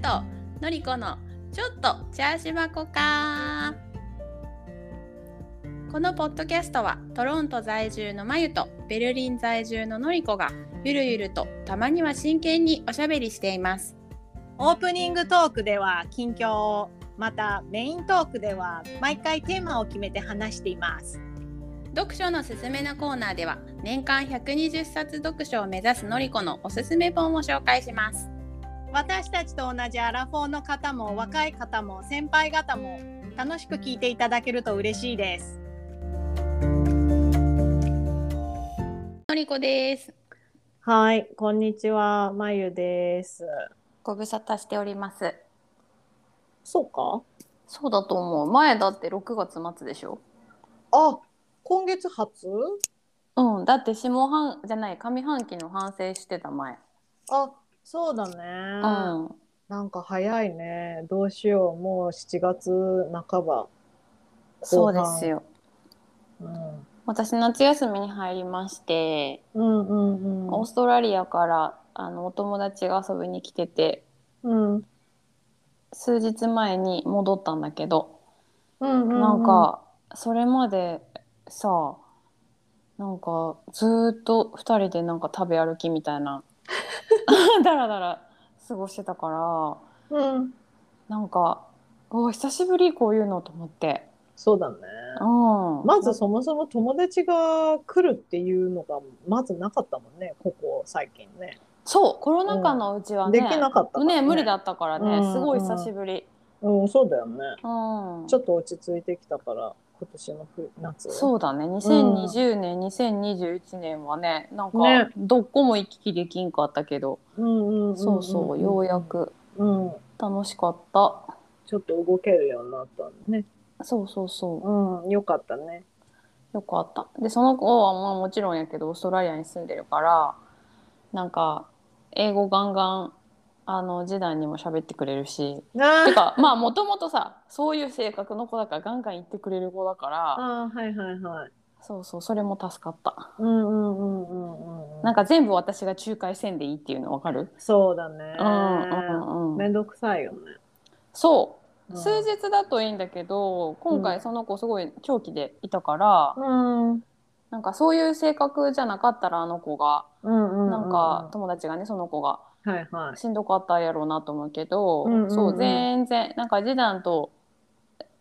とのりこのちょっとチャーシュバコかこのポッドキャストはトロント在住のまゆとベルリン在住ののりこがゆるゆるとたまには真剣におしゃべりしていますオープニングトークでは近況をまたメイントークでは毎回テーマを決めて話しています読書のすすめのコーナーでは年間120冊読書を目指すのりこのおすすめ本を紹介します私たちと同じアラフォーの方も若い方も先輩方も楽しく聞いていただけると嬉しいですのりこですはいこんにちはまゆですご無沙汰しておりますそうかそうだと思う前だって6月末でしょあ今月初うんだって下半じゃない上半期の反省してた前あそうだね、うんなんか早いねどうしようもう7月半ば、そうですようん、私夏休みに入りまして、うんうんオーストラリアからあのお友達が遊びに来ててうんうん数日前に戻ったんだけど、うんうなんかそれまでさなんかずーっと2人でなんか食べ歩きみたい なだらだら過ごしてたからうんなんかお久しぶりこういうのと思って。そうだねうん、まずそもそも友達が来るっていうのがまずなかったもんねここ最近ねそうコロナ禍のうちはね,、できなかったからね無理だったからね、うんすごい久しぶり、うんそうだよねうん、ちょっと落ち着いてきたから今年の冬夏そうだね2020年、2021年はねなんかねどこも行き来できんかったけど、うんうんんんそうそうようやくうん楽しかったちょっと動けるようになったんだねそうそうそうんよかったねうよかったでその子はまあもちろんやけどオーストラリアに住んでるからなんか英語ガンガンあの時代にも喋ってくれるしあてかまあもともとさそういう性格の子だからガンガン言ってくれる子だからあーはいはいはいそうそうそれも助かったうんうんうんうんうんなんか全部私が仲介せんでいいっていうのわかるそうだうんねうんうんめんどくさいよねそう、うん数日だといいんだけど今う回んその子すごい長期でいたから、うんうんなんかそういう性格じゃなかったらあの子が、うんうんなんか友達がねその子がはいはいしんどかったやろうなと思うけど、うんうんうんそう全然なんか次男と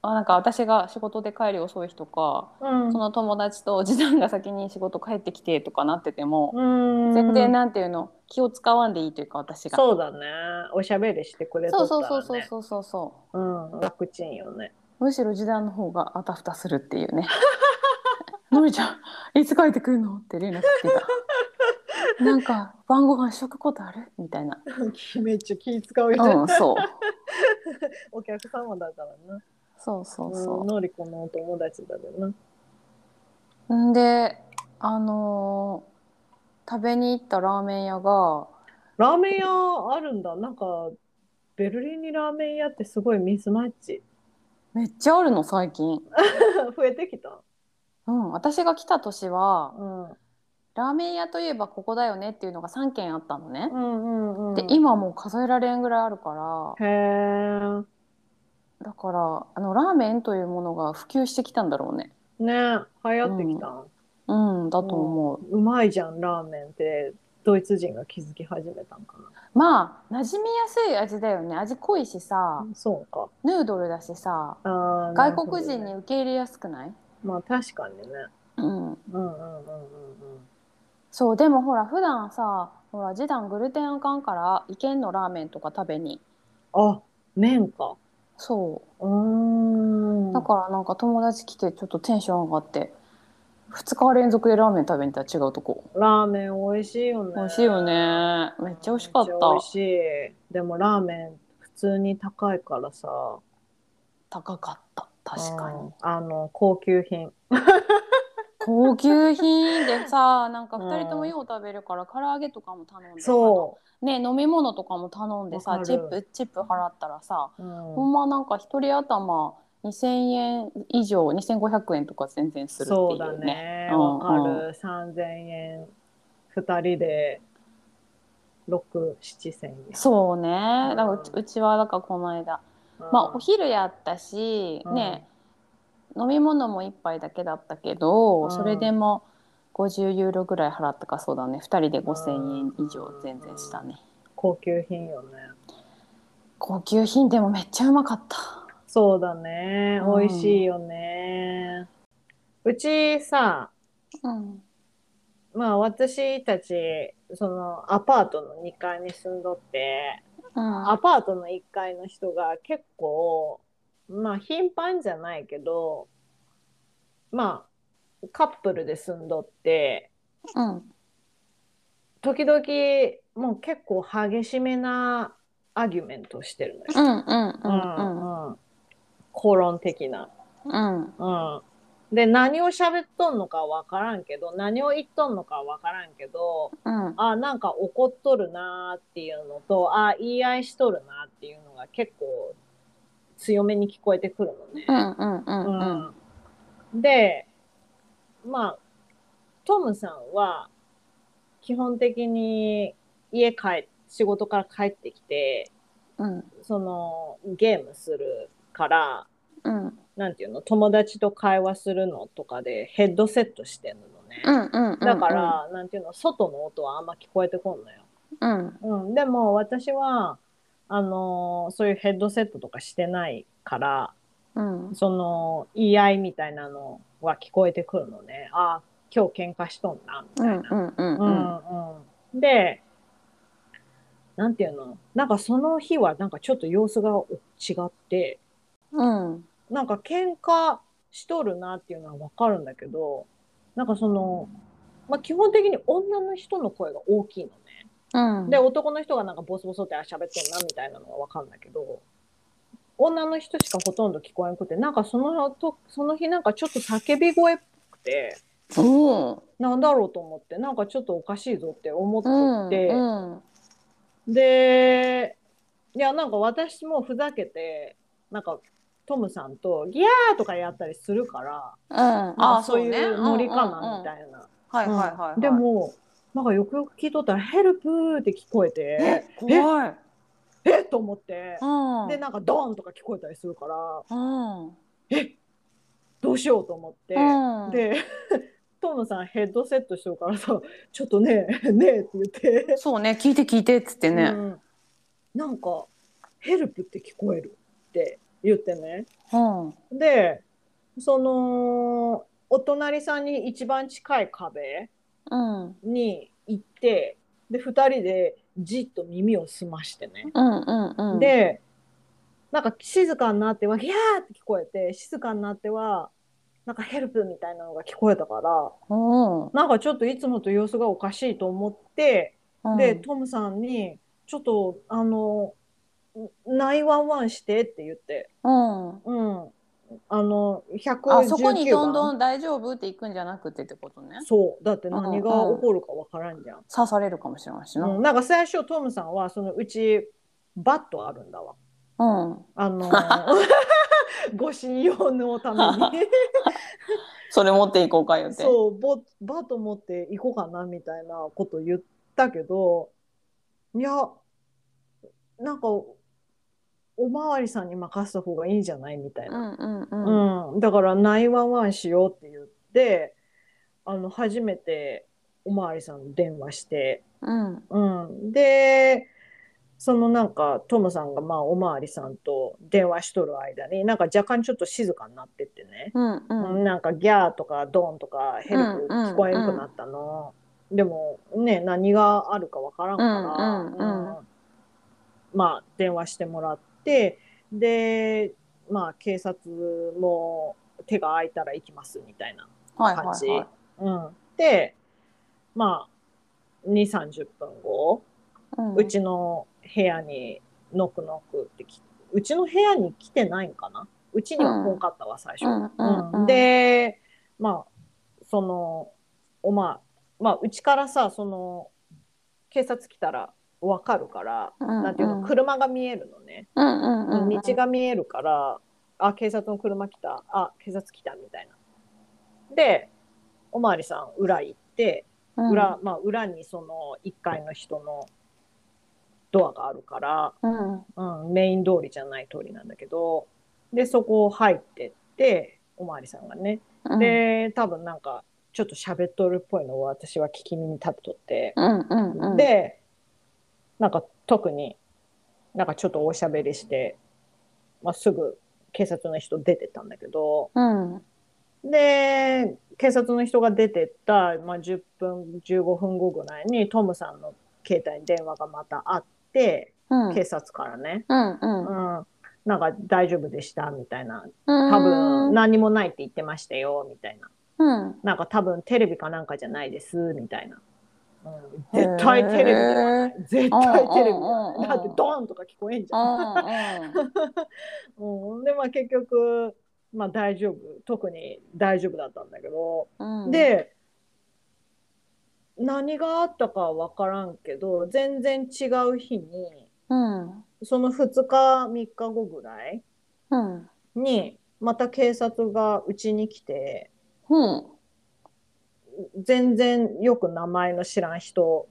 あなんか私が仕事で帰り遅い日とか、うんその友達と次男が先に仕事帰ってきてとかなってても、うん全然なんていうの気を使わんでいいというか私が。そうだね。おしゃべりしてくれとそっうたら、そうね、そうそうそうそうそう。うん、楽ちんよね。むしろ時短の方があたふたするっていう ね「のりちゃんいつ帰ってくるの?」って連絡来てたなんか晩ご飯しとくことあるみたいな めっちゃ気使うよね。うんそうお客様だからな。そうそううんそのりこのお友達だでな。う、ん、であのー食べに行ったラーメン屋がラーメン屋あるんだ。なんか、ベルリンにラーメン屋ってすごいミスマッチ。 めっちゃあるの最近、増えてきた。うん、私が来た年はうん。うんラーメン屋といえばここだよねっていうのが3軒あったのね、うんうん。で今もう数えられんぐらいあるからへえ。だからあのラーメンというものが普及してきたんだろうねね流行ってきた、うんだと思う、うまいじゃん、ラーメンって。ドイツ人が気づき始めたんかまあ馴染みやすい味だよね味濃いしさな。そうか。ヌードルだしさあーなる外ほど国ね人に受け入れやすくない、まあ確かにね。うん、うんうんうんうんそうでもほら普段さほら時短グルテンあかんから意見のラーメンとか食べにうん。あ、麺か。そうー。うんだからなんか友達来てちょっとテンション上がって2日連続でラーメン食べに行ったら違うとこラーメン美味しいよね。美味しいよねめっちゃ美味しかっためちゃ美味しい。でもラーメン普通に高いからさ。高かった確かにうん。あの、高級品。高級品でさ なんかうん2人ともよう食べるから唐揚げとかも頼んでさそね飲み物とかも頼んでわさかるチップチップ払ったらさ、う。うほんんまなんか一人頭2,000円以上2,500円とか全然するってそういだうねね。うんわかる。3000円。二人で6、7千円。そうねだからうちうちはだからこの間まあお昼やったし、うんね飲み物も一杯だけだったけど、うんそれでも50ユーロぐらい払ったかそうだね2人で5,000円以上うん全然したね高級品よね。高級品でもめっちゃうまかったそうだね。うん美味しいよね。うちさ、うんまあ私たち、そのアパートの2階に住んどって、うんアパートの1階の人が結構、まあ頻繁じゃないけど、まあカップルで住んどって、うん時々もう結構激しめなアギュメントしてるのよ。うんうんううんんうん口論的な。うんうん、で何を喋っとんのか分からんけど何を言っとんのか分からんけどうんあなんか怒っとるなーっていうのとあ言い合いしとるなーっていうのが結構強めに聞こえてくるのね。うんうんうんうんうん、でまあトムさんは基本的に家帰っ仕事から帰ってきてうんそのゲームするからうんなんていうの友達と会話するのとかでヘッドセットしてるのね、うんうんうんだから、なんていうの外の音はあんま聞こえてこんのよ、うんうん、でも私はあのーそういうヘッドセットとかしてないからうんその言い合いみたいなのは聞こえてくるのねあ今日喧嘩しとんなみうたいんな、うんうんううんんうんで、なんていうのなんかその日はなんかちょっと様子が違って、うんなんか喧嘩しとるなっていうのはわかるんだけど、なんかその、まあ、基本的に女の人の声が大きいのね。うんで、男の人がなんかボソボソってあ喋ってんなみたいなのがわかるんだけど、女の人しかほとんど聞こえなくて、なんかそのと、その日なんかちょっと叫び声っぽくて、おーなんだろうと思って、なんかちょっとおかしいぞって思っとって、うんうんで、いや、なんか私もふざけて、なんかトムさんとギャーとかやったりするから、うん、あああそそうういいううノノリリかかななみみたたいいな。な。はうんででもも、なんかよくよく聞いとったら、ヘルプーって聞こえて、怖い。ええっと思って、うんで、なんかドーンとか聞こえたりするから、うん。どうしようと思って、うん、で、 トムさんヘッドセットしてるからさ、ちょっとね、 ねえって言って、そうね、聞いて聞いてっつってうね。んなんか、ヘルプって聞こえるって言ってね。うん。で、その、お隣さんに一番近い壁、うん。に行ってで2人でじっと耳を澄ましてね、うんうんうん。、でなんか静かになってはギャーって聞こえて静かになってはなんかヘルプみたいなのが聞こえたからうん。なんかちょっといつもと様子がおかしいと思って、でトムさんに「ちょっとあの911して」って言ってうん。うんあの119番あそこにどんどん大丈夫って行くんじゃなくてってことね。そうだって何が起こるかわからんじゃん刺されるかもしれないしな。うん、なんか最初トムさんはそのうちバットあるんだわ。うん。あの ー護身用のた めにそれ持っていこうか言って。そうボバット持って行こうかなみたいなこと言ったけどいやなんかおまわりさんに任せた方がいいんじゃないみたいな、んうんうん。うんだから911しようって言ってあの初めておまわりさんに電話して。うん。うん、でそのなんかトムさんがまあおまわりさんと電話しとる間になんか若干ちょっと静かになってってね、うんうん。なんかギャーとかドンとかヘルプ聞こえなくなったの、でもね何があるかわからんから、うんうんうんまあ電話してもらってでまあ警察も手が空いたら行きますみたいなはいはい感じ。はい。うん、でまあ2 3 0分後うんうちの部屋にノクノクってきうちの部屋に来てないんかなうちには来んかったわ、最う初。んうんううんん。、でまあそのおままあうちからさその警察来たらわかるから、なんていうの車が見えるのね、うんうんうんうん。道が見えるからあ警察の車来たあ警察来たみたいな。でおまわりさん裏行って裏,、まあ、裏にその1階の人のドアがあるから、うんうん、メイン通りじゃない通りなんだけど、で、そこを入ってって、おまわりさんがね。うんで、多分なんか、ちょっと喋っとるっぽいのを私は聞き耳立てとって、うんうんうん、で、なんか特になんかちょっとおしゃべりして、まあ、すぐ警察の人出てったんだけど、うんで、警察の人が出てった、まあ、10分、15分後ぐらいにトムさんの携帯に電話がまたあって、うん警察からね、うんうんうん、なんか大丈夫でしたみたいなうん多分何にもないって言ってましたよみたいなうんなんか多分テレビかなんかじゃないですみたいな、うん、絶対テレビではない絶対テレビではうんうんうんうなんいだってドーンとか聞こえんじうゃん、んうんうん、でまあ結局まあ大丈夫特に大丈夫だったんだけど、うんで何があったかは分からんけど全然違う日にうんその2日3日後ぐらいうんにまた警察がうちに来てうん全然よく名前の知らん人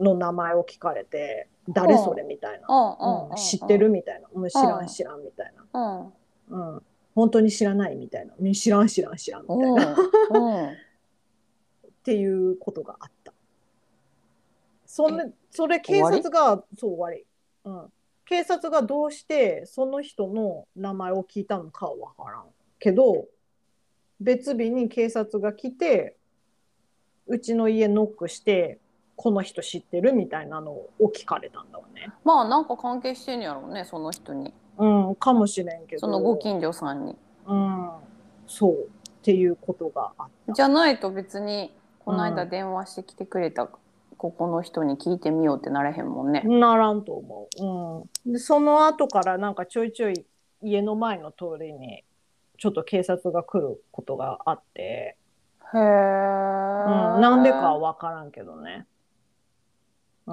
の名前を聞かれて「誰それ?」みたいなうんう「うんん知ってる?」みたいな「うん知らうんん知らん」みたいうんうんな「うん本当に知らない」みたいなうん「知らん知らん知らん」みたいなっうんていうことがあった。そんなそれ警察がそう終わり、うん、警察がどうしてその人の名前を聞いたのかは分からんけど別日に警察が来てうちの家ノックしてこの人知ってるみたいなのを聞かれたんだわね。まあなんか関係してんやろうねその人にうん、かもしれんけどそのご近所さんにうん、そうっていうことがあった。じゃないと別にこの間うん電話してきてくれたここの人に聞いてみようってなれへんもんねならんと思う。うん、でその後からなんかちょいちょい家の前の通りにちょっと警察が来ることがあって、へえうん、ななんでかは分からんけどね。う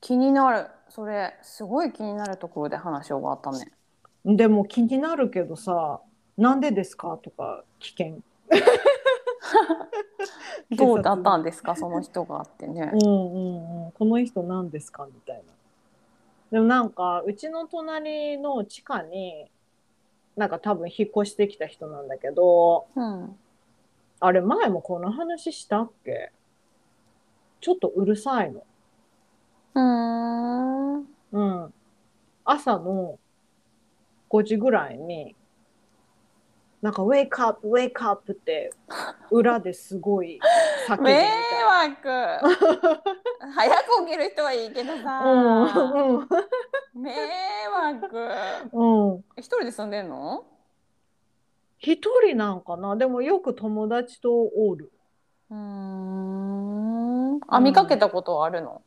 気になるそれすごい気になるところで話し終わったね ん、でも気になるけどさ「なんでですか?」とか危険 どうだったんですかその人がってねう。んうんうん、この人何ですかみたいな。でもなんか、うちの隣の地下に、なんか多分引っ越してきた人なんだけど、うん。あれ前もこの話したっけちょっとうるさいの。うん。うん。うん。朝の5時ぐらいに、なんかウェイクアップ、ウェイクアップって、裏ですごい叫ぶみたい迷 惑。早く起きる人はいいけど さ。な。うん、迷惑。うん、うん。一人で住んでんの？一人なんかなでもよく友達とおる。うーん。あ見かけたことはあるの？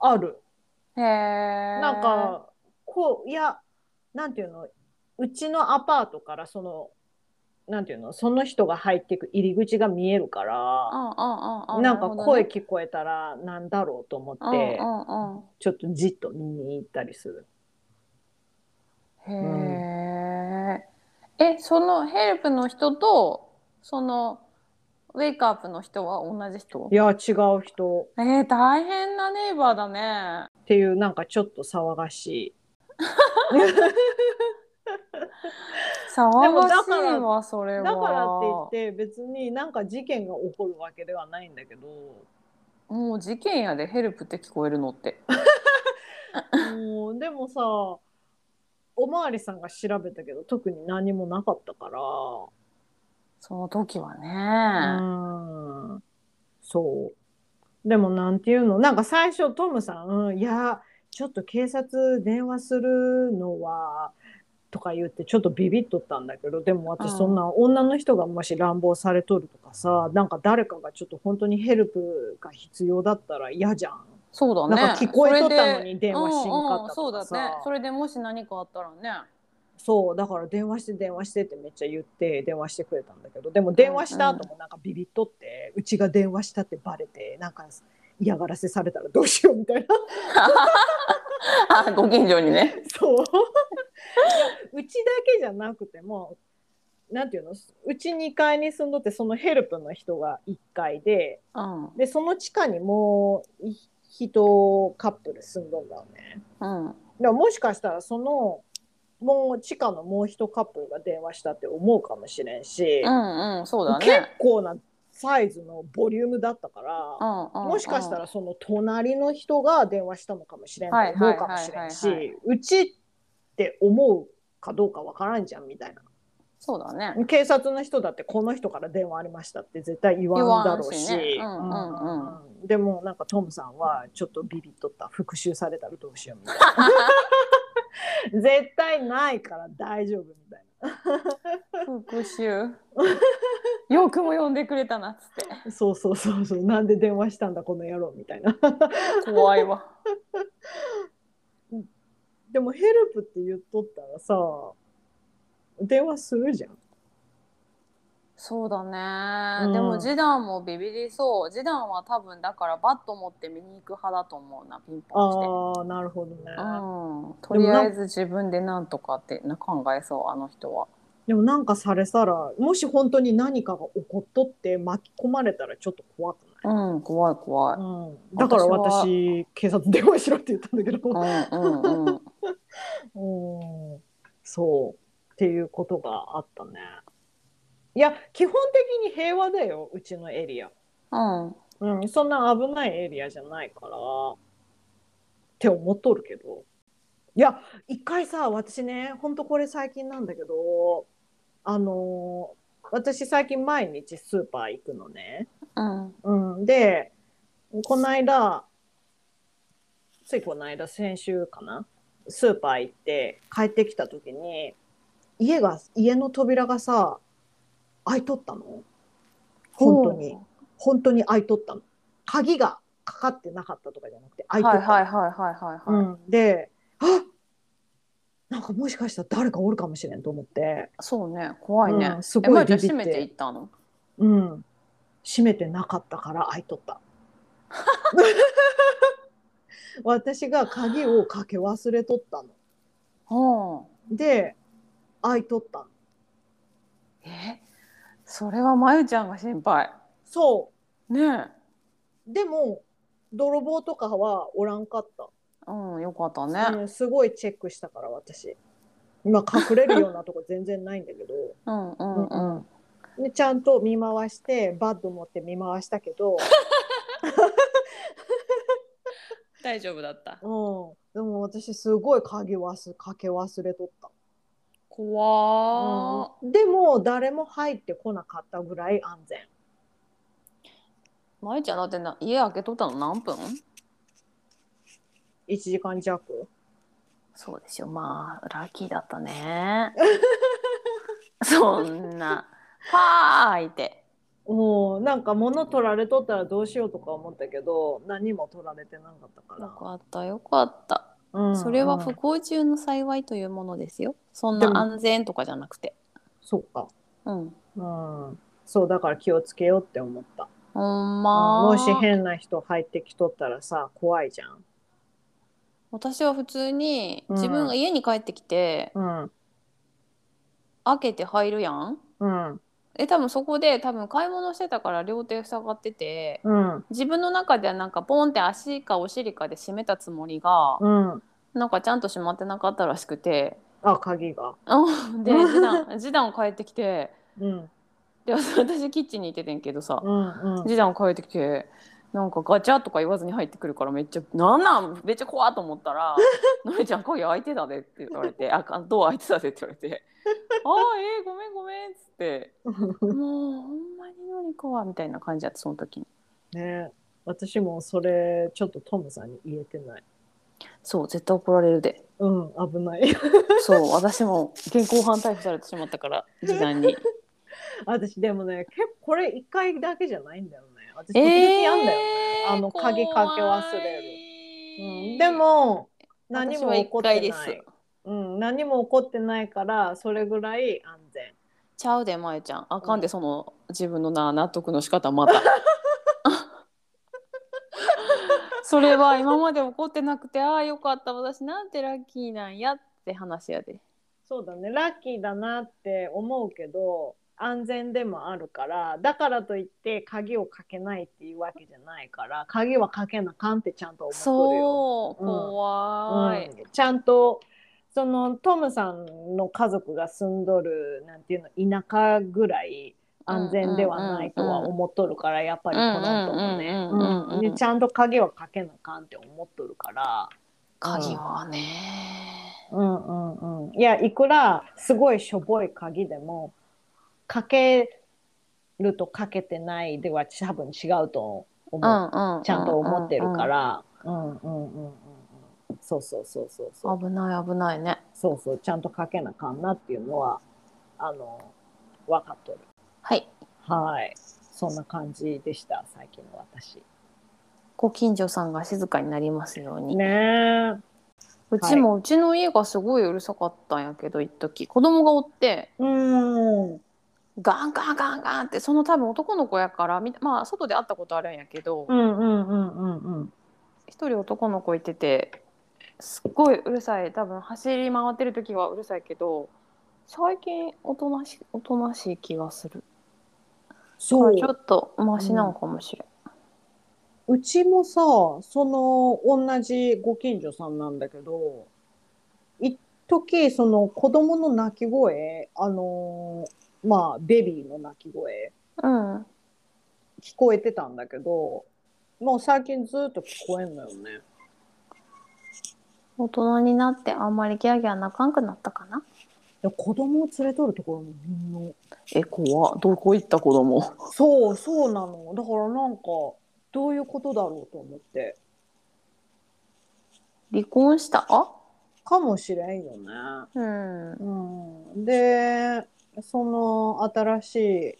ある。へえ。なん。か、こう、いや、なんていうの、うちのアパートからその、なんていうの、その人が入っていく入り口が見えるかうら、んうんうんうん。なんか声っ聞こえたらなんだろうと思って、うんうんうん。ちょっとじっと見に行ったりする。へえ、え、そのヘルプの人とそのウェイクアップの人は同じ人い？や、違う人えー、大変なネイバーだね。っていう、なんかちょっと騒が しい。 騒もがだしからいわそれだは。からって言って、別になんか事件が起こるわけではないんだけど、もう事件やでヘルプって聞こえるの って。もうでもさおまわりさんが調べたけど特に何もなかったからその時はうね。ーんそうでもなんていうのなんか最初トムさん「うん、いやちょっと警察電話するのは」とか言ってちょっとビビっとったんだけどでも私うんそんな女の人がもし乱暴されとるとかさなんか誰かがちょっと本当にヘルプが必要だったら嫌じゃん。そうだね。なんか聞こえとったのに電話しんかったそとれでうんうんかそさうだね。それでもし何かあったら ね。そうだから電話して電話してってめっちゃ言って電話してくれたんだけどでも電話した後もなんかビビっとって、うちが電話したってバレてなんか嫌がらせされたらどうしようみたいなあ、ご近所にね。そういやうちだけじゃなくてもなんていうのうち2階に住んどってそのヘルプの人が1階でうん。でその地下にもう人カップル住んどんだよね。うんでももしかしたらそのもう地下のもう一カップルが電話したって思うかもしれんし、うんうんそうだ結ね。構なサイズのボリュームだったから、ももしかしたらその隣の人が電話したのかもしれんとはい思うかもしれんはいはいはいしうちって思うかどうかわからんじゃんみたいなそうだね。警察の人だってこの人から電話ありましたって絶対言わんだろうし言わんしねうんうんうんうんでもなんかトムさんはちょっとビビっとった復讐されたらどうしようみたい な絶対ないから大丈夫みたい復讐 よくも呼んでくれたなっつっなそうそうそうそうなんで電話したんだこの野郎みたいなて怖いわでもヘルプって言っとったらさ電話するじゃんそうだね、うんでもジダンもビビりそうジダンは多分だからバット持って見に行く派だと思うなピンポンしてああなるほどね、うん、とりあえず自分でなんとかってな考えそうあの人はでもなんかされたらもし本当に何かが起こっとって巻き込まれたらちょっと怖くない、うん怖い怖い、うん、だから私警察電話しろって言ったんだけど、うんうんうんうんそうっていうことがあったねいや基本的に平和だようちのエリア、うんうん、そんな危ないエリアじゃないからって思っとるけどいや一回さ私ねほんとこれ最近なんだけどあのー私最近毎日スーパー行くのね、うんうん、でこの間ついこの間先週かなスーパー行って帰ってきた時に家が家の扉がさ開いとったの本当に。本当に開いとったの鍵がかかってなかったとかじゃなくてはい開いとっはたいの、はいはいはいはい、うん、であなんかもしかしたら誰かおるかもしれんと思って、そうね怖いね、うんすえごまいりじゃビあ閉ビめっていて、ったのうん、閉めてなかったから開いとった 私が鍵をかけ忘れとったのうんで開いとったのえそれはまゆちゃんが心配そねえうでも泥棒とかはおらんかったうんよかったうねん、すごいチェックしたから私今隠れるようなとこ全然ないんだけ ど、うんうんうんでちゃんと見回してバッグ持って見回したけ ど、大丈夫だったうん、でも私すごい鍵わすかけ忘れとった、怖ーうんでも誰も入ってこなかったぐらい安全まゆちゃんだってな家開けとったの何分1時間弱そうですよまあラッキーだった ねそんなパー開いてうんなんか物取られとったらどうしようとか思ったけど何も取られてなかったかよら、かったよかった、うんそれはう不ん幸中の幸いというものですよそんでなも安全とかじゃなくてそっか、うんうん、そうだから気をつけようって思ったほんうんまーもし変な人入ってきとったらさ怖いじゃん。私は普通にうん自分が家に帰ってきて、うん開けて入るやんうんえ多分そこで多分買い物してたから両手塞がっててうん自分の中ではなんかポンって足かお尻かで締めたつもりが、うん。なんかちゃんと閉まってなかったらしくてあ鍵が。うん で次男次男帰ってきてうんで私キッチンにいててんけどさうんうん。 次男帰ってきてなんかガチャとか言わずに入ってくるからめっちゃ「なんなんめっちゃ怖っ!」と思った ら「のりちゃん鍵開いてたで」って言われて「あかんドア開いてたで」って言われ て「ああえー、ごめんごめん」っつって「もうほんまにのりこは」みたいな感じやったその時にね私もそれちょっとトムさんに言えてない。そう絶対怒られるでうん危ない。 そう私も現行犯逮捕されてしまったから次男 に私でもね結構これ一回だけじゃないんだよね。私時え々えやんだよね。あの鍵かけ忘れる。うん、でも何も起こって私はな一回でいす。うん何も起こってないからそれぐらい安全。ちゃうでまゆちゃんあかんで、その自分のな納得の仕方また それは今まで起こってなくてああよかった私なんてラッキーなんやって話やでそうだねラッキーだなって思うけど安全でもあるからだからといって鍵をかけないっていうわけじゃないから鍵はかけなかんってちゃんと思っとるよ。そう、うん怖い、うんちゃんとそのトムさんの家族が住んどるなんていうの田舎ぐらい安全ではないとは思っとるからやっぱりこのともねうんうんうんうんうんでちゃんと鍵はかけなかんって思っとるから。鍵はね、うんうんうん、いやいくらすごいしょぼい鍵でもかけるとかけてないでは多分違うと思うう、んうんちゃんと思ってるかうんら、うんうんうんうんうん、そうそうそうそうそううん危ない危ないねそうそうちゃんとかけなあかんなっていうのはあの分かっとるはいはいそんな感じでした最近の私ご近所さんが静かになりますように、ねえうちもうちの家がすごいうるさかったんやけど一時子供がおってうんガンガンガンガンってその多分男の子やからみまあ外で会ったことあるんやけどうんうんうんうんうん一人男の子いててすっごいうるさい多分走り回ってる時はうるさいけど最近おとなしおとなしい気がするそうちょっとマシなんかもしれん、うちもさ、その、同じご近所さんなんだけど、一時、その子供の泣き声、あのーまあ、ベビーの泣き声、うんうん、聞こえてたんだけど、もう最近ずっと聞こえんのよね。大人になってあんまりギャーギャー泣かんくなったかないや子供を連れとるところもみんえ怖っどこ行った子供な。そう、そうなの。だからなんか、どういうことだろうと思って。離婚したあかもしれんよね。うんうんでその新しい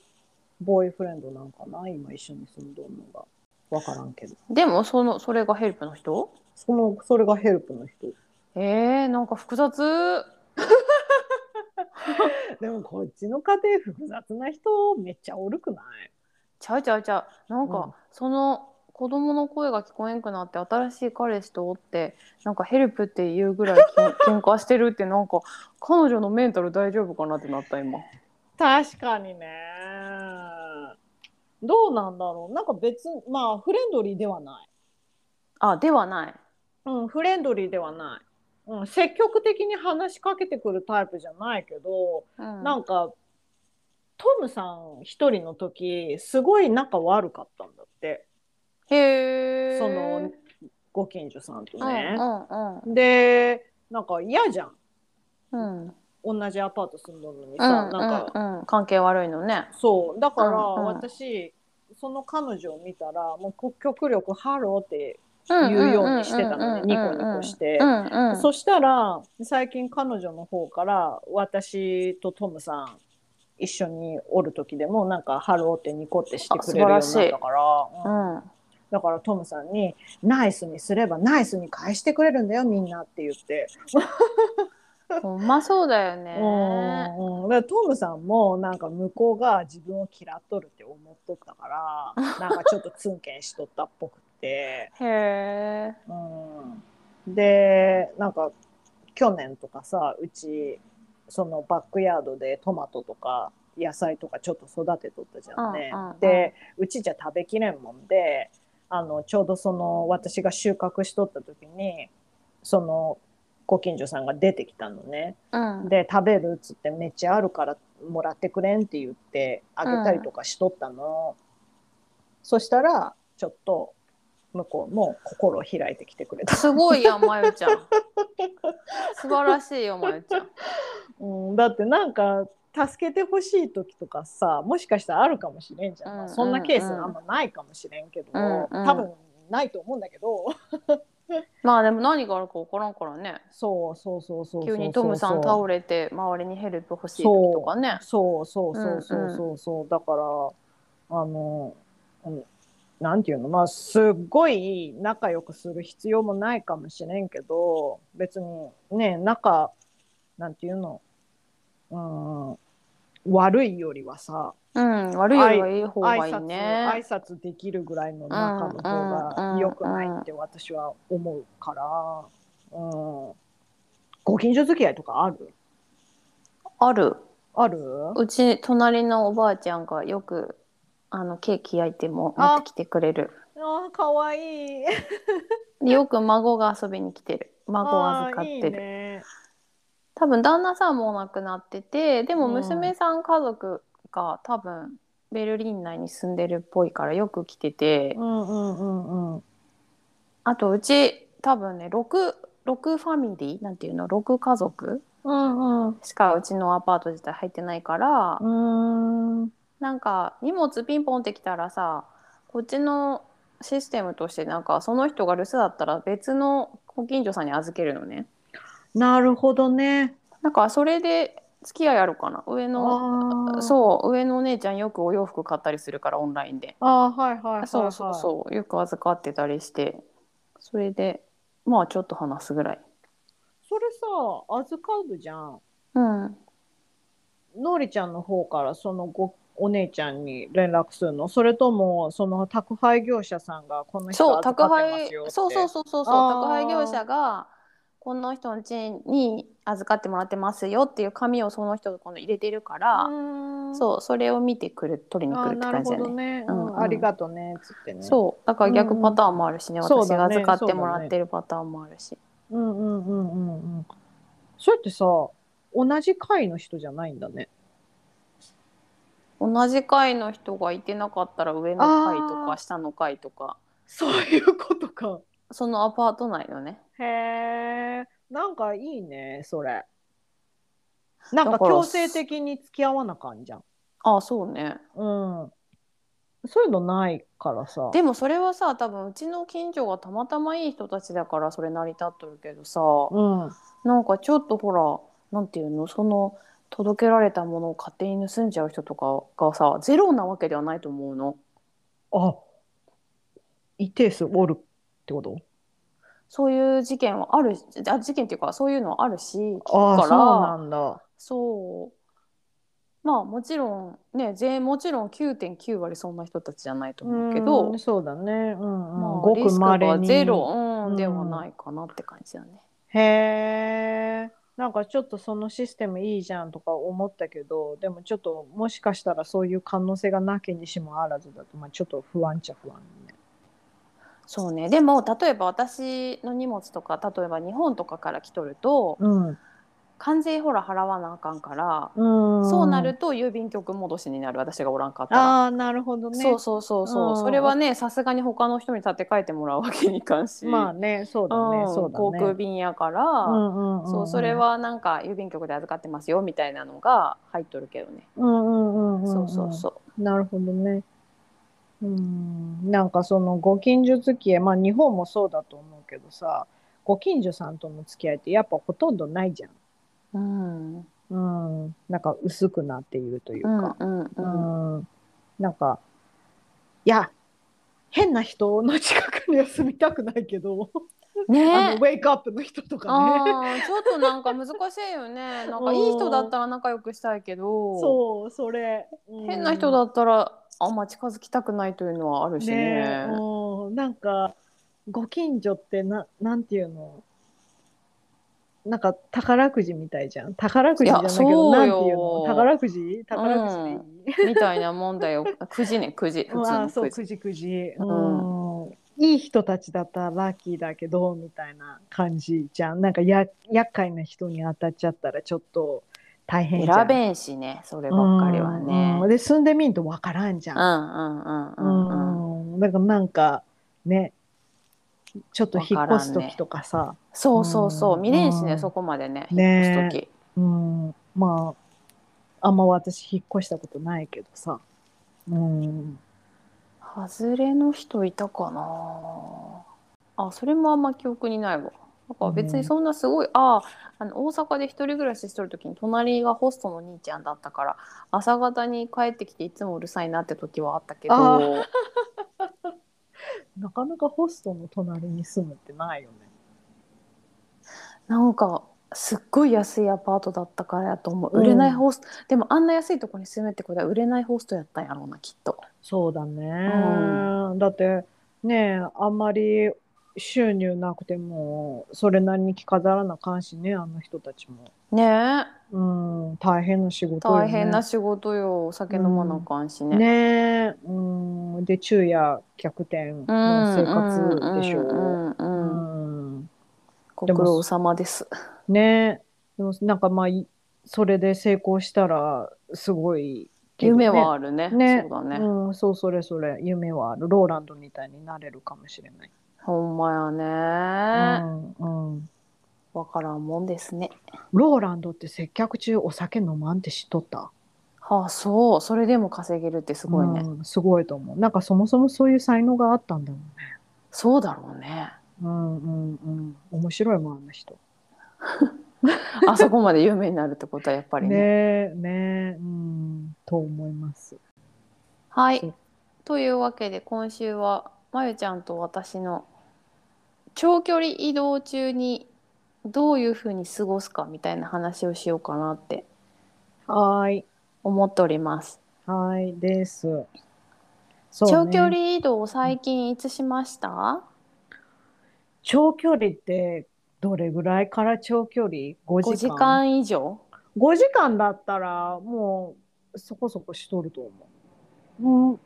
ボーイフレンドなんかな今一緒に住んどんのが分からんけどでもそのそれがヘルプの人そのそれがヘルプの人えー、なんか複雑でもこっちの家庭複雑な人めっちゃおるくないちゃうちゃうちゃうなんか、うんその子供の声が聞こえんくなって新しい彼氏とおってなんかヘルプって言うぐらいけん 喧嘩してるってなんか彼女のメンタル大丈夫かなってなった今確かにねどうなんだろうなんか別まあフレンドリーではないあではないうんフレンドリーではない、うん、積極的に話しかけてくるタイプじゃないけどうんなんかトムさん一人の時すごい仲悪かったんだってへえそのご近所さんとねう。んでなんか嫌じゃんうんうん同じアパート住んどるのにうんさ、なんかうんうん、関係悪いのねそうだからうんうん私、その彼女を見たらもうこ極力「ハロー」って言うようにしてたのねニコニコしてうんうんそしたら最近彼女の方から私とトムさん一緒におる時でもなんかハローってニコってしてくれるようになったから、ううんんだからトムさんにナイスにすればナイスに返してくれるんだよみんなって言って、ほんまそうだよねうんうん、だからトムさんもなんか向こうが自分を嫌っとるって思っとったから なんかちょっとツンケンしとったっぽくて、へえうん、でなんか去年とかさうちそのバックヤードでトマトとか野菜とかちょっと育てとったじゃんね。うんうんうんでうちじゃ食べきれんもんであのちょうどその私が収穫しとった時にそのご近所さんが出てきたのね。うんで食べるっつってめっちゃあるからもらってくれんって言ってあげたりとかしとったの。そしたらちょっと向こうも心を開いてきてくれた。すごいやんまゆちゃ ん素晴らしいよまゆちゃんうん、だってなんか助けてほしい時とかさもしかしたらあるかもしれんじゃん、うんうんうんそんなケースあんまないかもしれんけど、うんうん多分ないと思うんだけどまあでも何があるか分からんからねそうそうそうそうそう急にトムさん倒れて周りにヘルプ欲しい時とかねそうそうそうそうそうそう、だからあの、うん、なんていうのまあすっごい仲良くする必要もないかもしれんけど別にね仲なんていうのうん悪いよりはさうん悪いよりはいい方挨がいい拶ね挨拶できるぐらいの仲の方が良くないって私は思うから、うん、ご近所付き合いとかあるあるあるうち隣のおばあちゃんがよくあのケーキ焼いても持ってきてくれるあーかわいい。でよく孫が遊びに来てる孫を預かってるあーいいね多分旦那さんも亡くなっててでもうん娘さん家族が多分ベルリン内に住んでるっぽいからよく来ててうんうんうんうん。あとうち多分ね 6, 6ファミリーなんていうの6家族うんしかうちのアパート自体入ってないから、うん。うーん。なんか荷物ピンポンってきたらさこっちのシステムとしてなんかその人が留守だったら別のご近所さんに預けるのねなるほどね。だからそれで付き合いあるかな上のああ。う。そう上のお姉ちゃんよくお洋服買ったりするからオンラインで、ああ、はいはいはい、はい。そうそうそうよく預かってたりしてそれでまあちょっと話すぐらいそれさ、預かるじゃん。うんのりちゃんの方からそのごお姉ちゃんに連絡するのそれともその宅配業者さんがこの人そう預宅かってま配すよってそうそうそうそうそうあー宅配業者がこの人の家に預かってもらってますよっていう紙をその人が今度入れてるから、ううそうそれを見てくる取りにあ来るっーてなる感じほだどねね、ううんうんんありがとうねっつってねそうだから逆パターンもあるしね、うん私そうがだね預かってもらってるパターンもあるしううんうんうんうんうんそうやってさ同じ会の人じゃないんだね同じ階の人がいてなかったら上の階とあかー下の階とかそういうことかそのアパート内のねへえなんかいいねそれなんだかから強制的に付き合わなかんじゃんああそうねうんそういうのないからさでもそれはさ多分うちの近所がたまたまいい人たちだからそれ成り立っとるけどさうんなんかちょっとほらなんていうのその届けられたものを勝手に盗んじゃう人とかがさゼロなわけではないと思うの。あ、一定数おるってことそういう事件はあるあ事件っていうかそういうのはあるし聞くあかあ、そうならんだ。そうまあもちろんね全もちろん9.9割そんな人たちじゃないと思うけどうんそうだね。うんうん。まあ、ごリくスクまれがに。ゼロ、う、うんんではないかなって感じだね。へえ。なんかちょっとそのシステムいいじゃんとか思ったけど、でもちょっともしかしたらそういう可能性がなきにしもあらずだと、まあちょっと不安っちゃ不安ね。そうねでも例えば私の荷物とか例えば日本とかから来とると関税ほら払わなあかんから、うん。うん。そうなると郵便局戻しになる私がおらんかったら。ああ、なるほどね。そうそうそうそう、うんそれはねさすがに他の人に立て替えてもらうわけにいかんし、まあね、そうだね、うんそうだね。航空便やから、うんうんうん、そうそれ。はなんか郵便局で預かってますよみたいなのが入っとるけどね、うんうんうんうん、うん。そうそうそうなるほどね。うん、なんかそのご近所付き合い、まあ日本もそうだと思うけどさ、ご近所さんとの付き合いってやっぱほとんどないじゃん。うんうんうん、なんか薄くなっているといううか。んううんん、なんか、いや、変な人の近くには住みたくないけど、あのウねェイクアップの人とかね。あーちょっとなんか難しいよ ねなんかいい人だったら仲良くしたいけどそう、それ。うん変な人だったらあんま近づきたくないというのはあるしねねえ、うんなんかご近所ってななんていうのなんか宝くじみたいじゃん宝くじじゃないいやそけどうよなんていうの宝くじ宝くじでいい、みたいな問題を くじねくじ普う通ん、あのーそうくじくじくじ、うんいい人たちだったらラッキーだけどみたいな感じじゃんなんかや厄介な人に当たっちゃったらちょっと大変じゃ選んべんしねそればっかりはねうんうんで住んでみんとわからんじゃんうんうんうんうんうんうんだからなんかねちょっと引っ越す時とかさそうそうそううん未練しねうんそこまでねねえ引っ越す時うんまああんま私引っ越したことないけどさうん外れの人いたかなあそれもあんま記憶にないわなんか別にそんなすごい、ああの大阪で一人暮らししとる時に隣がホストの兄ちゃんだったから朝方に帰ってきていつもうるさいなって時はあったけあどなかなかホストの隣に住むってないよねなんかすっごい安いアパートだったからやと思う売れないホスト、でもあんな安いとこに住むってことは売れないホストやったんやろうなきっとそうだね、だってねあんまり収入なくてもそれなりに着飾らなあかんしねあの人たちもねえうん、大変な仕事よね。大変な仕事よお酒飲まなあかんしね。ねえ、うん、で昼夜逆転の生活でしょう。んううんうんんご苦労様です。ねえ、でもなんかまあいそれで成功したらすごいけどね、夢はあるね。ねそうだね、うん、そうそれそれ夢はあるローランドみたいになれるかもしれない。ほんまやね。うんうん、わ、からんもんですね。ローランドって接客中お酒飲まんって知っとったはあそうそれでも稼げるってすごいね。うんすごいと思うなんかそもそもそういう才能があったんだもんねそうだろうね。うんうんうん面白いもんあの人あそこまで有名になるってことはやっぱりねね。えねえうんと思いますはそ。いうというわけで今週はまゆちゃんと私の長距離移動中にどういうふうに過ごすかみたいな話をしようかなってはーい思っております。はーいですそうね長距離移動を最近いつしました長距離ってどれぐらいから長距離 ?5 5時時間間以上5時間だったらもうそこそこしとると思う、うん、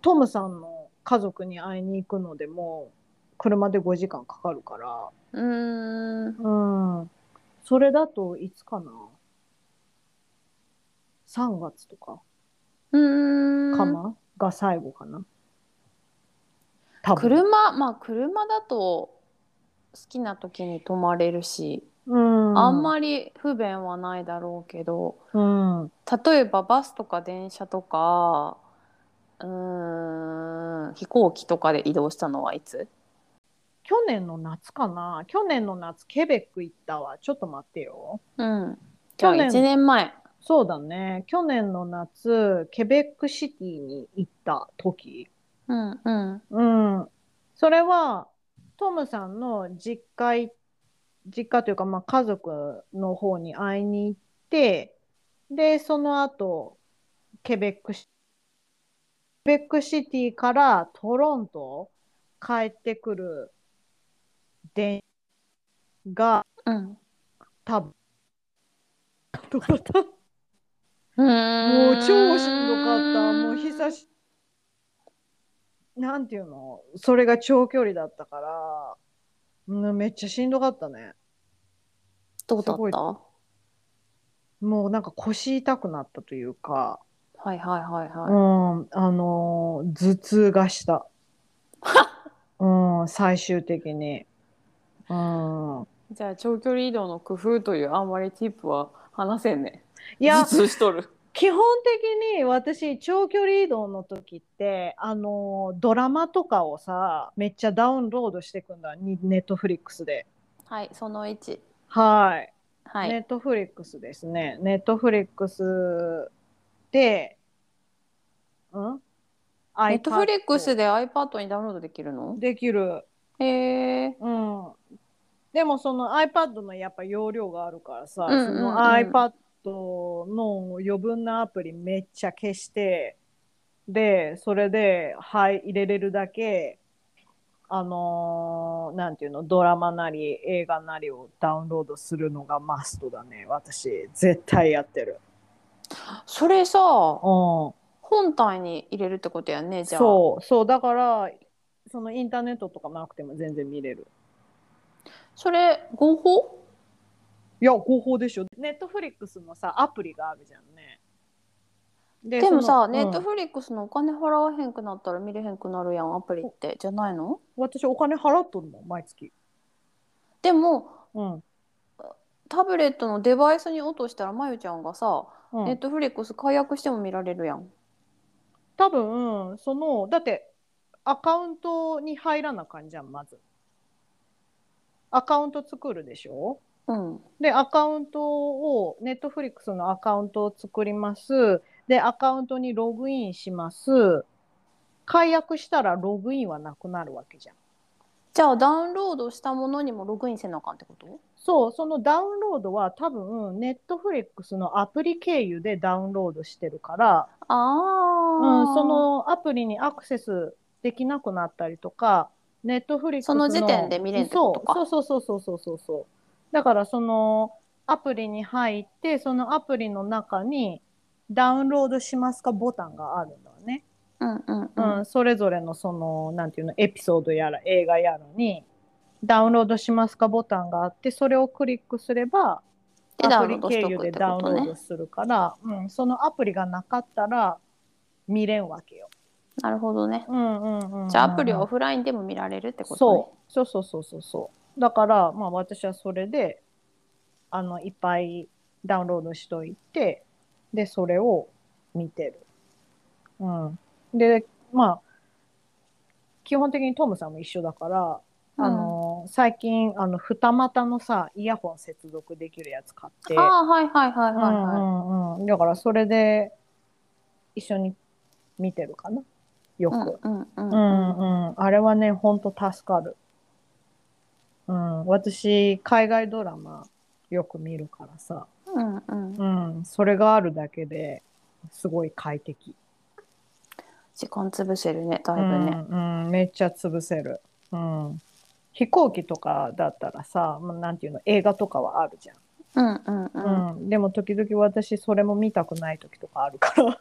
トムさんの家族に会いに行くのでも車で5時間かかるからうーんうんそれだといつかな3月とかうかーんな、が最後かな多分車まあ車だと好きな時に泊まれるし、うんあんまり不便はないだろうけどうん例えばバスとか電車とかうーん飛行機とかで移動したのはいつ去年の夏かな去年の夏ケベック行ったわちょっと待ってようんじゃあ去年1年前そうだね去年の夏ケベックシティに行った時うんうんうんそれはトムさんの実家い実家というか、まあ、家族の方に会いに行ってでその後ケベックシケベックシティからトロント帰ってくる電車がうん多分とかだうもーう超しんどかった。もう久し、なんていうのそれが長距離だったから、うんめっちゃしんどかったね。どうだすごっいたはもうなんか腰痛くなったというか、いはいはいはい、うん、あのー頭痛 がした。うん、最終的に。うん。じゃあ長距離移動の工夫というあんまりティップは話せんね。いや頭、痛しとる。基本的に私長距離移動の時ってあのドラマとかをさめっちゃダウンロードしていくんだにネットフリックスではい、その1。はい、はい。ネットフリックスですねネットフリックスでうんネットフリックスでで iPad にダウンロードできるのできるへえ。うんでもその iPad のやっぱ容量があるからさ、うんうんうんその iPad の余分なアプリめっちゃ消してでそれで、はい、入れれるだけあのーなんていうのドラマなり映画なりをダウンロードするのがマストだね私絶対やってる。それさ、うん本体に入れるってことやね、じゃあ。そうそうだからそのインターネットとかなくても全然見れる。それ、合法いや、合法でしょ。ネットフリックスのさ、アプリがあるじゃんね。ででもさ、ネネッットトフリックスのお金払わへんくなったら見れへんくなるやん、アプリって。じゃないの私、お金払っとるもん、毎月。でも、うん。うんタブレットのデバイスに落としたら、まゆちゃんがさ、ネットフリックス解約しても見られるやん。多分、その、だって、アカウントに入らなあかんじゃん、まず。アカウント作るでしょうん。で、アカウントを、ネットフリックスのアカウントを作ります。で、アカウントにログインします。解約したらログインはなくなるわけじゃん。じゃあダウンロードしたものにもログインせなあかんってことそう、そのダウンロードは多分、ネットフリックスのアプリ経由でダウンロードしてるから、ああ、うん、そのアプリにアクセスできなくなったりとか、ネットフリックスその時点で見れんってことかそうそうそうそうそうそうそう。だから、その、アプリに入って、そのアプリの中にダウンロードしますかボタンがあるんだよね。うんうんううんん。それぞれのその、なんていうの、エピソードやら映画やらに、ダウンロードしますかボタンがあって、それをクリックすれば、でダアウプンロリードし経と由くでってダこウンとローねド。するから、うん、そのアプリがなかったら見れんわけよ。なるほどね。うんうんうんうんじゃあアプリはオフラインでも見られるってことね。そうそうそうそうそうそうだから、まあ、私はそれであのいっぱいダウンロードしといてでそれを見てる、うん、でまあ基本的にトムさんも一緒だから、うんあの最近あの二股のさイヤホン接続できるやつ買ってああ、はいはいはいはいうんはうんうんだからそれで一緒に見てるかなよく、い。うんうんううんうん。んうん、あれはね、ほんと助かる。うん、私、海外ドラマよく見るからさ、うんうん。うん、それがあるだけですごい快適。時間潰せるね、だいぶね。うん、うん、めっちゃ潰せる。うん。飛行機とかだったらさ、もうなんていうの、映画とかはあるじゃん。うんうんうん。うん。でも時々私、それも見たくない時とかある から。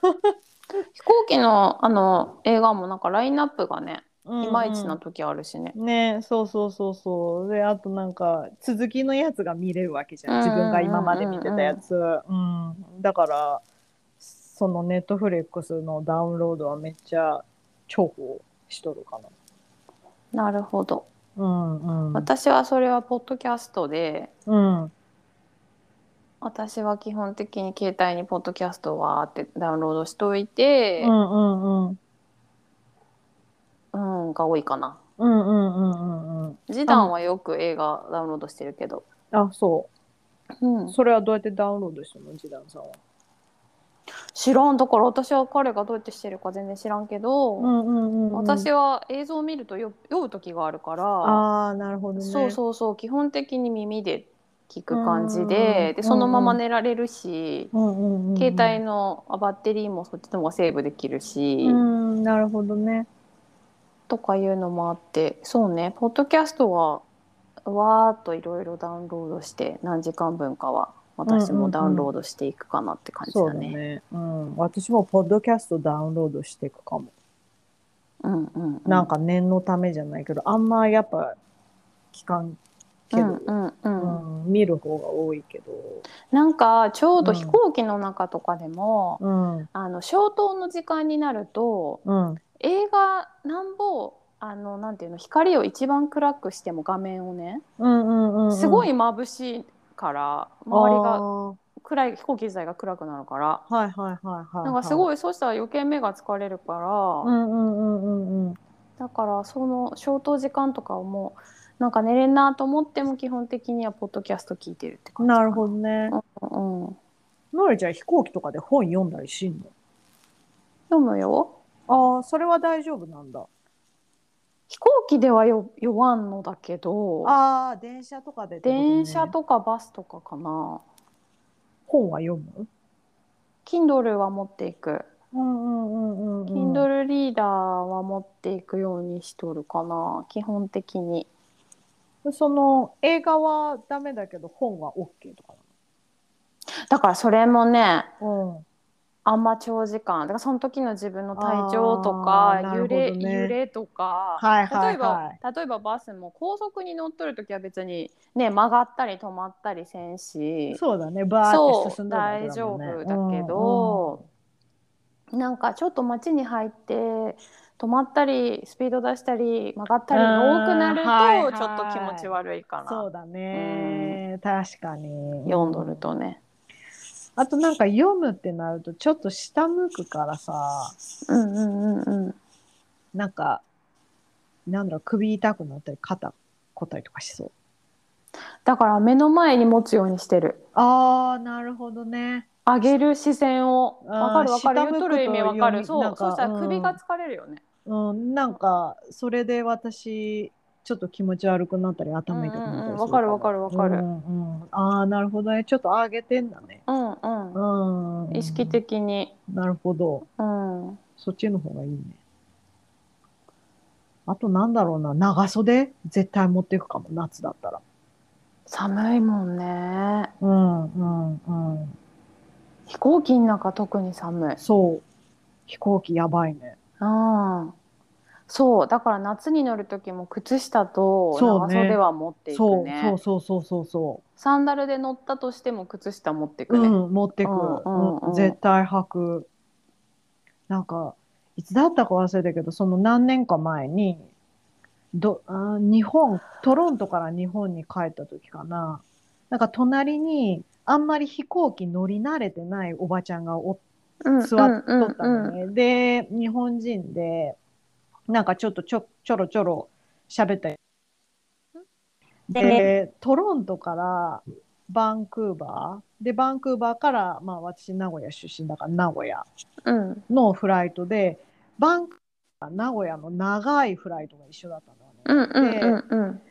飛行機のあの映画もなんかラインナップがね、いまいちうんうなん時あるしね。ねそうそうそうそうであとなんか続きのやつが見れるわけじゃん自分が今まで見てたやつ、うん、だからそのネットフレックスのダウンロードはめっちゃ重宝しとるかななるほど。うんうん私はそれはポッドキャストで、うん私は基本的に携帯にポッドキャストをわーってダウンロードしといてう、んうんうんうん、が多いかな。うんうんうんうんジダンはよく映画ダウンロードしてるけど。あそうんう、それはどうやってダウンロードしたのジダンさんは知らんだから私は彼がどうやってしてるか全然知らんけど、んうんうん私は映像を見ると酔酔う時があるから、ああなるほどねそうそうそう基本的に耳で聞く感じで,、うんでそのまま寝られるし、うんうんうんうん携帯のあバッテリーもそっちの方がセーブできるし、うんなるほどねとかいうのもあってそうねポッドキャストはわーっといろいろダウンロードして何時間分かは私もダウンロードしていくかなって感じだそうだね。ね。うん。私もポッドキャストダウンロードしていくかも。うんうんうんなんか念のためじゃないけど、あんまやっぱ聞かんけど、うんうんううんん見る方が多いけど。なんかちょうどうん飛行機の中とかでも、うん。うん。あの消灯の時間になるとうん映画なんぼあのなんていうの光を一番暗くしても画面をねうんうん、うん。すごいあ眩しいからー、周りが暗い飛行機自体が暗くなるからはいはいはいはい。なんかすい。ごいそうしたら余計目が疲れるかうらんうんうんうんうん。だからその消灯時間とかをもうなんか寝れんなと思っても基本的にはポッドキャスト聞いてるって感じかなるほどね。ど、うん、のりちゃん飛行機とかで本読んだりしん読むよのああ、それは大丈夫なんだ。飛行機ではよ酔わんのだけどああ、電車とかでってことね、電車とかバスとかかな本は読む Kindle は持っていくうんうんうんうんうん。 Kindle リーダーは持っていくようにしとるかな基本的にその映画はダメだけど本は OK とかだからそれもねなの、あんま長時間だからその時の自分の体調とかあーなる揺ほどれ,、ね揺れとか、はいはいはい例えば例えばバスも高速に乗っとる時は別にね曲がったり止まったりせんしそうだねバーって進んだらそうね大丈夫だけど、なんかちょっと街に入って止まったりスピード出したり曲がったりが多くなるうんはいはといちょっと気持ち悪いかうんそな、うだね確かに読んどるとね。あとなんか読むってなるとちょっと下向くからさうんうんうんうんなんかなんだろう首痛くなったり肩こったりとかしそうだから目の前に持つようにしてる。あーなるほどね上げる視線をあーわかるわかる下言向くっととる意味わかよるりそなんうかそうしたらうん首が疲れるよね、うんなんかそれで私ちょっと気持ち悪くなったり頭痛くなったりすうるんうんうんわかるわかるわかるうんうんああなるほどねちょっと上げてんだねうんううんん意識的になるほどうんそっちの方がいいねあとなんだろうな長袖絶対持っていくかも夏だったら寒いもんねうん行機の中特に寒い。そう。飛行機やばいね。うん。そうだから夏に乗る時も靴下とそう長ね袖は持っていくそうねそうそうそうそうそサンダルで乗ったとしても靴下持ってう。くね、うん、持ってく。うんうんうんうん絶対履く。なんか、いつだったか忘れたけど、その何年か前に、どあー日本、トロントから日本に帰った時かな。なんか隣に、あんまり飛行機乗り慣れてないおばちゃんがおっうん座っとっうたんうんのうんね。で、日本人で、なんかちょっとちょちょろちょろ喋ったり。で、トロントからバンクーバー。で、バンクーバーから、まあ私、名古屋出身だから、名古屋うんのフライトで、バンクーバー、名古屋の長いフライトが一緒だったのね。うんうんうんうん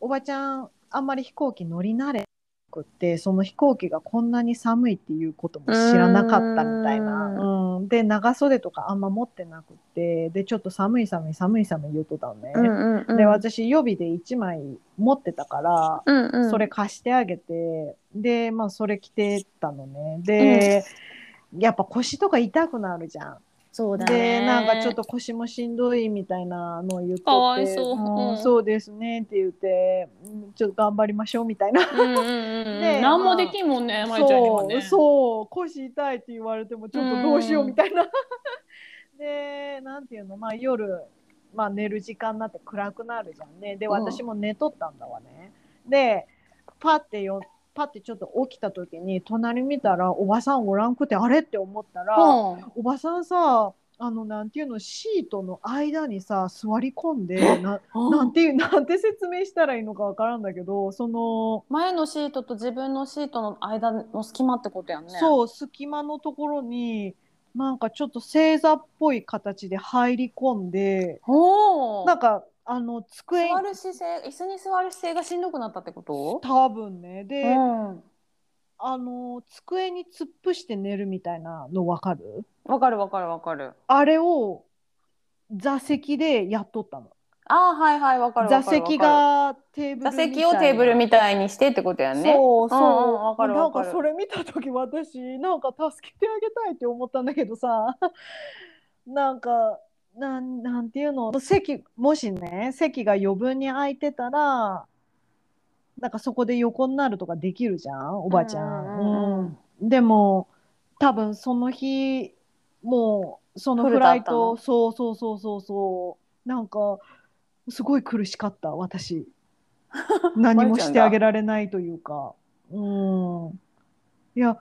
おばちゃん、あんまり飛行機乗り慣れなくって、その飛行機がこんなに寒いっていうことも知らなかったみたいな。ううんで、長袖とかあんま持ってなくって、で、ちょっと寒い寒い寒い寒い言うとったのね。うんうんで、私、予備で1枚持ってたから、うんうんそれ貸してあげて、で、まあ、それ着てたのね。で、やっぱ腰とか痛くなるじゃん。そうだねで、なんかちょっと腰もしんどいみたいなのを言ってて、かわいそううんうんそうですねって言って、うんちょっと頑張りましょうみたいな。うんうんうんね何もできんもんねまいちゃんにはそう、ねそう、腰痛いって言われてもちょっとどうしようみた いな。で、なんていうの、まあ夜、まあ寝る時間になって暗くなるじゃんね。で、うん私も寝とったんだわね。で、パってよ、パってちょっと起きた時に隣見たらおばさんおらんくてあれって思ったら、うんおばさんさあのなんていうのシートの間にさ座り込んでななんていうなんて説明したらいいのかわからんだけどその、前のシートと自分のシートの間の隙間ってことやんねうそう隙間のところになんかちょっと正座っぽい形で入り込んでおーなんかあの机座る姿勢椅子に座る姿勢がしんどくなったってこと多分ねで、うんあの机に突っ伏して寝るみたいなのわかるわかるわかるわかるあれを座席でやっとったの。ああはいはいわかるわか座る席わかがテーブるル座みたいな席をテーブルみたいにしてってことやんねそうそう、うんうんわかるなわんかるかそれ見た時私なんか助けてあげたいって思ったんだけどさ なんかなんなんていうの席もしね席が余分に空いてたらなんかそこで横になるとかできるじゃんおおばちゃん。うんでも多分その日もうそのフライトフルだったのそうそうそうそうそうなんかすごい苦しかった 私何もしてあげられないというかうんいや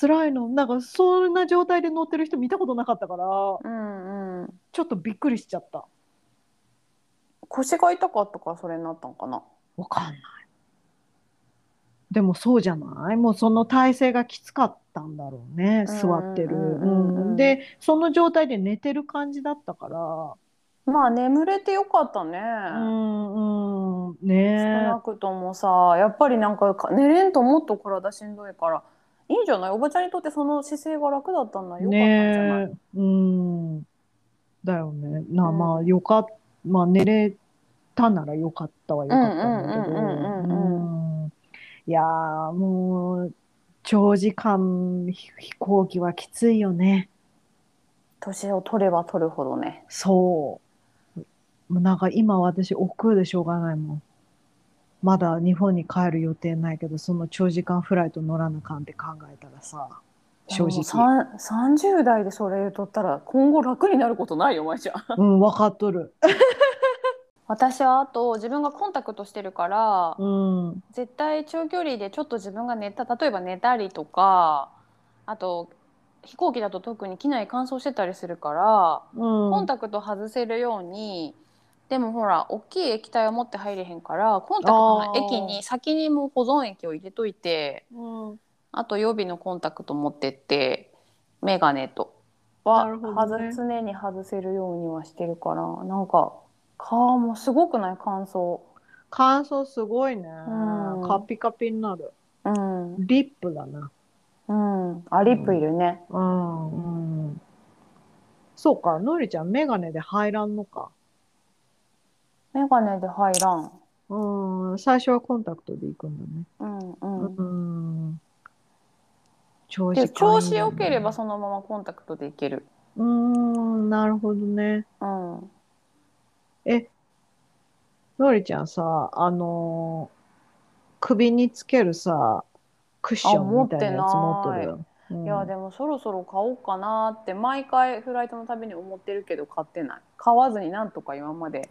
辛いのなんかそんな状態で乗ってる人見たことなかったからうんうんちょっとびっくりしちゃった腰が痛かったからそれになったんかなわかんないでもそうじゃないもうその体勢がきつかったんだろうねうん座ってる、うんうんうんうんでその状態で寝てる感じだったからまあ眠れてよかったね、うんうん少ねなくともさやっぱりなんかか寝れんともっと体しんどいからいいんじゃないおばちゃんにとってその姿勢が楽だったんだよかったんじゃない、ねうんだよねなうんまあよかっまあ寝れたならよかったはよかったんだけどうんうんうんうんうんいやーもう長時間ひ飛行機はきついよね。年を取れば取るほどねそう。もうなんか今私億劫でしょうがないもん。まだ日本に帰る予定ないけど、その長時間フライト乗らなかんって考えたらさ、正でも直。さん30代でそれ言うとったら今後楽になることないよまいちゃんうん、分かっとる。私はあと自分がコンタクトしてるから、うん。うん絶対長距離でちょっと自分が寝た例えば寝たりとかあと飛行機だと特に機内乾燥してたりするから、コンタクト外せるようにでもほら大きい液体を持って入れへんからコンタクトの液に先にもう保存液を入れといてうんあと予備のコンタクト持ってってメガネとなは、るほど外ね常に外せるようにはしてるからなんか顔もすごくない乾燥。乾燥すごいね。んカピカピになる。うん、リップだな。うん、あリップいるね。うん。うん、そうか、のりちゃんメガネで入らんのか。メガネで入らん。うん、最初はコンタクトで行くんだね。うんうん。うん長で時間調子良ければそのままコンタクトでいける。うーんなるほどねうん。のりちゃんさあのー首につけるさクッションみたいなやつあ持持っっとてるないよ、うんいやでもそろそろ買おうかなって毎回フライトのたびに思ってるけど買ってない買わずになんとか今まで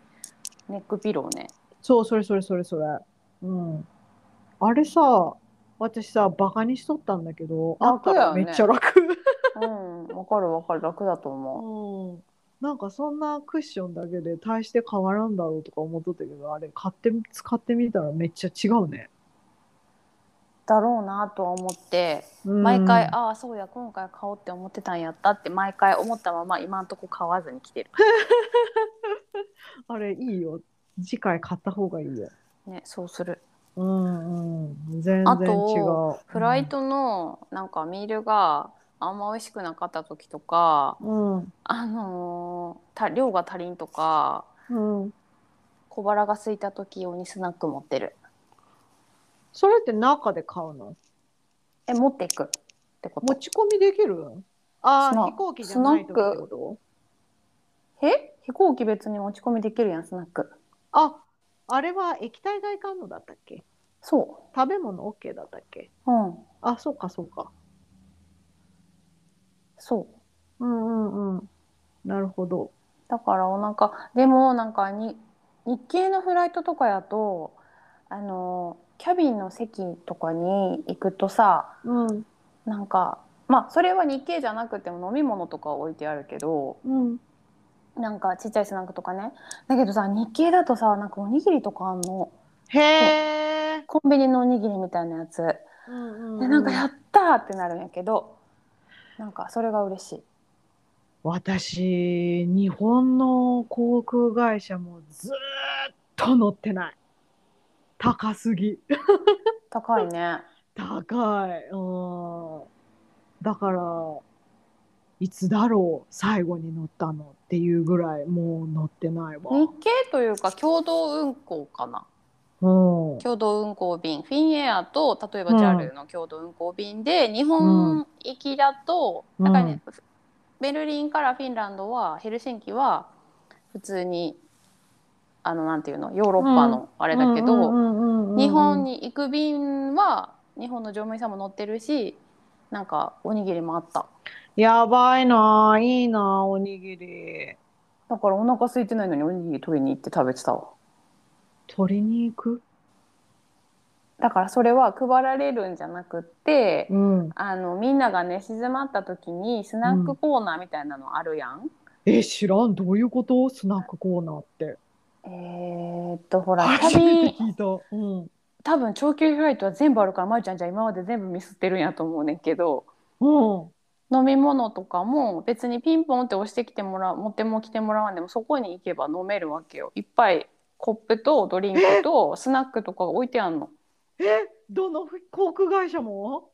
ネックピローねそうそれそれそれそれうんあれさ私さバカにしとったんだけどあった楽だらよねめっちゃ楽、うんわかるわかる楽だと思うんなんかそんなクッションだけで大して変わらんだろうとか思っとったけどあれ買って使ってみたらめっちゃ違うね、うだろうなとは思ってうん毎回、ああそうや今回買おうって思ってたんやったって毎回思ったまま今んとこ買わずに来てるあれいいよ次回買った方がいいよねそうするうんうん全然違うあとフライトトのなんかミールがあんま美味しくなかった時とかうんうんあのーた量が足りんとかうん小腹が空いた時用にスナック持ってるそれって中で買うのえ持っていくってこ持とち込みできるあスあナ飛行機じゃない時ってことえ飛行機別に持ち込みできるやんスナックああれは液体がいかんのだったっけそ食べ物 OK だったっけううんあそうかそうかそううんうんうんなるほどだからお腹でもなんかに日系のフライトとかやとあのキャビンの席とかに行くとさうんなんかまあそれは日系じゃなくても飲み物とか置いてあるけどうんなんかちっちゃいスナックとかねだけどさ日系だとさなんかおにぎりとかあんのへえコンビニのおにぎりみたいなやつうんでなんかやったーってなるんやけどなんかそれが嬉しい私日本の航空会社もずーっと乗ってない高すぎ高いね高いうんだからいつだろう最後に乗ったのっていうぐらいもう乗ってないわ、日系というか共同運行かなうん、共同運航便フィンエアと例えばうん JAL の共同運航便で、日本行きだと、だからね、ベルリンからフィンランドはヘルシンキは普通にあのなんていうのヨーロッパのああれだけど、日本にに行く便は日本の乗務員さんも乗ってるしなんかおにぎりもあったやばいなあいいなあおにぎりだからお腹空いてないのにおにぎり取りに行って食べてたわ取りに行くだからそれは配られるんじゃなくって、うんあのみんなが寝静まった時にスナックコーナーみたいなのあるやん、え知らんどういうことスナックコーナーってえーっとほら初め旅て聞いた、うん多分長距離フライトは全部あるからまゆちゃんじゃあ今まで全部ミスってるんやと思うねんけどうん、飲み物とかも別にピンポンって押してきてもらう持っても来てもらわんでもそこに行けば飲めるわけよいっぱいコップとドリンクとスナックとかが置いてあんのえどの航空会社も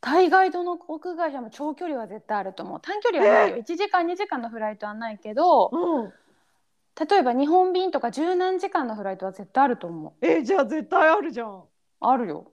大概どの航空会社も長距離は絶対あると思う短距離はないよ1時間2時間のフライトはないけどうん例えば日本便とか十何時間のフライトは絶対あると思うえじゃあ絶対あるじゃんあるよ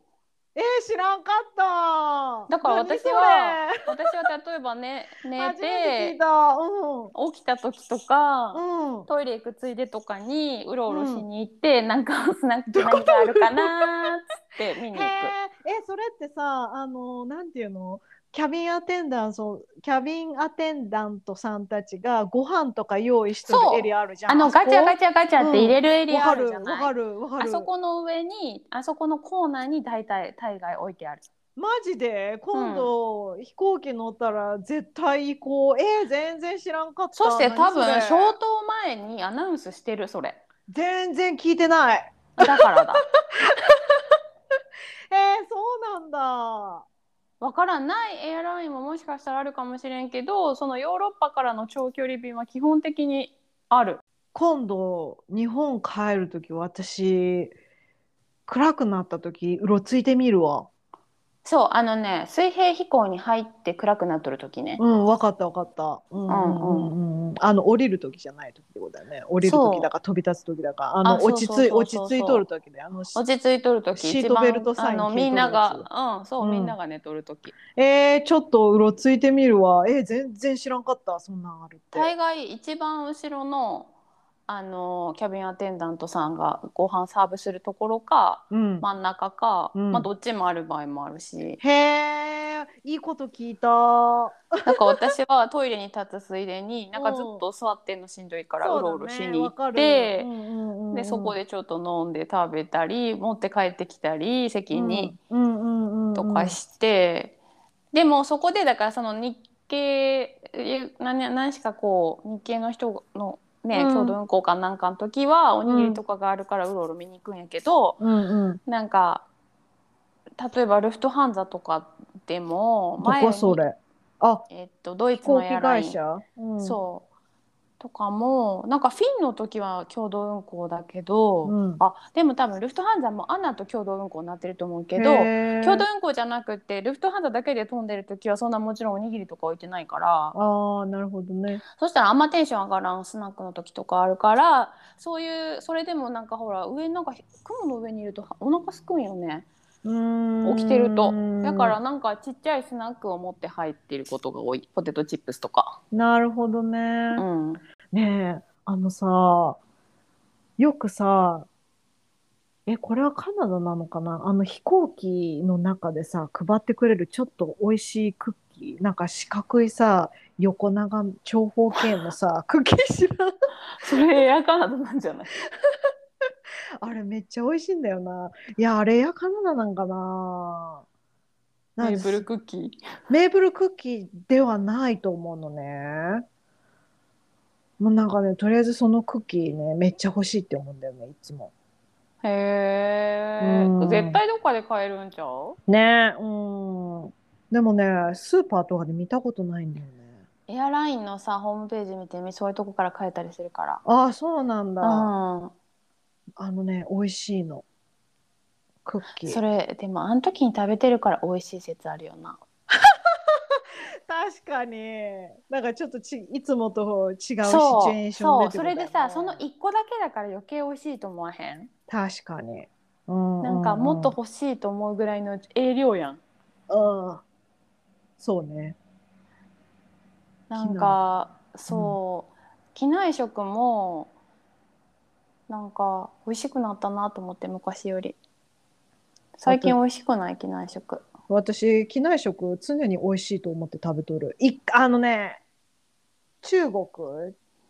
え知らんかっただから私は私は例えばね何 寝それ初めて聞いてたうん起きた時とか、うんトイレ行くついでとかにうろうろしに行って、なんか スナック何かあるかなーっつって見にへ行えく。えそれってさあのなんていうのキャビンアテンダントキャビンアテンダントさんたちがご飯とか用意してるそうエリアあるじゃんあのガチャガチチャガチャって入れるエリわアあかるるじゃわない、かるわかあるそこの上にあそこのコーナーに大体大概置いてあるマジで今度、飛行機乗ったら絶対行こうえー、全然知らんかったそして多分何消それ灯前にアナウンスしてるそれ全然聞いてないだからだ えー、そうなんだわからんないエアラインももしかしたらあるかもしれんけどそのヨーロッパからの長距離便は基本的にある今度日本帰る時私暗くなった時うろついてみるわそうあのね水平飛行に入って暗くなっとる時ね、うん、わかったわかった。うんうんうんうん。あの降りる時じゃない時ってことだよね。降りる時だか飛び立つ時だか、あのあそう落ちそうそ着ういそう落ち着いとる時で、あの落ち着いとる時シー一ト番ベルトサインあの聞いとるみやつんながうんそう、うんみんなが寝とる時えー、ちょっとうろついてみるわ。えー、全然知らんかった。そんなんあるって。大概一番後ろのあのキャビンアテンダントさんがご飯サーブするところかうん。真ん中か、うんまあ、どっちもある場合もあるしへえ、いいこと聞いた。そなんか私はトイレに立つついで になんかずっと座ってんのしんどいからうろうろだねしに行わかっるて、うんうんうんでそこでちょっと飲んで食べたり持って帰ってきたり席にうんうんうんうんとかして、でもそこでだからその日系え何何しかこう日系の人のね、うん共同運行かなんかの時はおにぎりとかがあるからうろうろ見に行くんやけど、うんうん。なんか例えばルフトハンザとかでもどこそれ。あ、えっと、ドイ飛ツ行の機エアライ会ン社。うんそうとかもなんかフィンの時は共同運行だけど、うん。あでも多分ルフトハンザもアナと共同運行になってると思うけどへー共同運行じゃなくてルフトハンザだけで飛んでる時はそんなもちろんおにぎりとか置いてないからああ、なるほどね。そしたらあんまテンション上がらんスナックの時とかあるからそういうそれでもなんかほら上なんか雲の上にいるとお腹すくんよねうーん起きてるとだからなんかちっちゃいスナックを持って入っていることが多いポテトチップスとか。なるほどね。うん、ねえ、あのさ、よくさ、え、これはカナダなのかなあの飛行機の中でさ、配ってくれるちょっと美味しいクッキー、なんか四角いさ、横長長方形 のさ、クッキー知らんそれエアカナダなんじゃないあれめっちゃ美味しいんだよな。いや、あれやカナダなんかな。なんメかープルクッキーメーブルクッキーではないと思うのね。もうなんかね、とりあえずそのクッキーね、めっちゃ欲しいって思うんだよね、いつも。へえ、うん絶対どっかで買えるんちゃうねうん。でもね、スーパーとかで見たことないんだよね。エアラインのさホームページ見てみそういうとこから買えたりするからああ、そうなんだ。うんあのね、美味しいの。クッキー。それでもあの時に食べてるから美味しい説あるよな確かに。なんかちょっとちいつもと違うシチュエそうーショそンうそれでってことだよねでさその1個だけだから余計美味しいと思わへん確かに。うんううなんかもっと、欲しいと思うぐらいの栄養やんうん、そうね。なんかそう機内食もなんか美味しくなったなと思って昔より最近美味しくない機内食私機内食常に美味しいと思って食べとるいあのね中国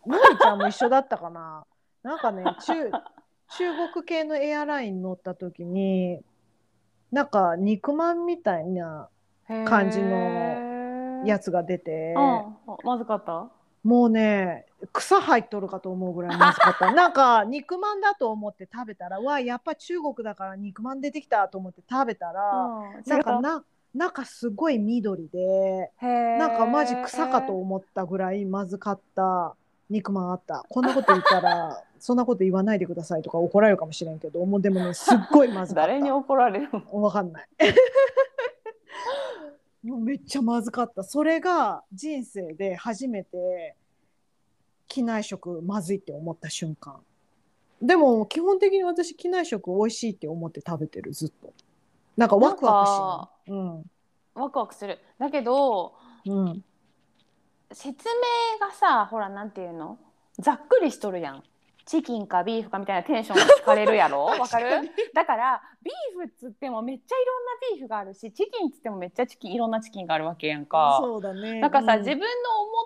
のりちゃんも一緒だった かななんかね中中国系のエアライン乗った時になんか肉まんみたいな感じのやつ、つが出て、うん、まずかったもうね草入っとるかと思うぐらいまずかっ たなんか肉まんだと思って食べたらわあやっぱ中国だから肉まん出てきたと思って食べたら、うなんかな中すごい緑で。ななんかマジ草かと思ったぐらいまずかった肉まんあった。こんなこと言っ たら、そんなこと言わないでくださいとか怒られるかもしれんけど、もうでもね、すっごいまずかった。誰に怒られるのわか んない。もうめっちゃまずかった。それが人生で初めて機内食まずいって思った瞬間。でも基本的に私機内食美味しいって思って食べてるずっと。なんかワクワクしない。ワクワクするだけどうん。うん。説明がさほらなんていうのざっくりしとるやんチキンかビーフかみたいなテンションが聞かれるやろわか 確るだからビーフっつってもめっちゃいろんなビーフがあるしチキンっつってもめっちゃチキンいろんなチキンがあるわけやんかそうだね。なんかさ、うん自分の思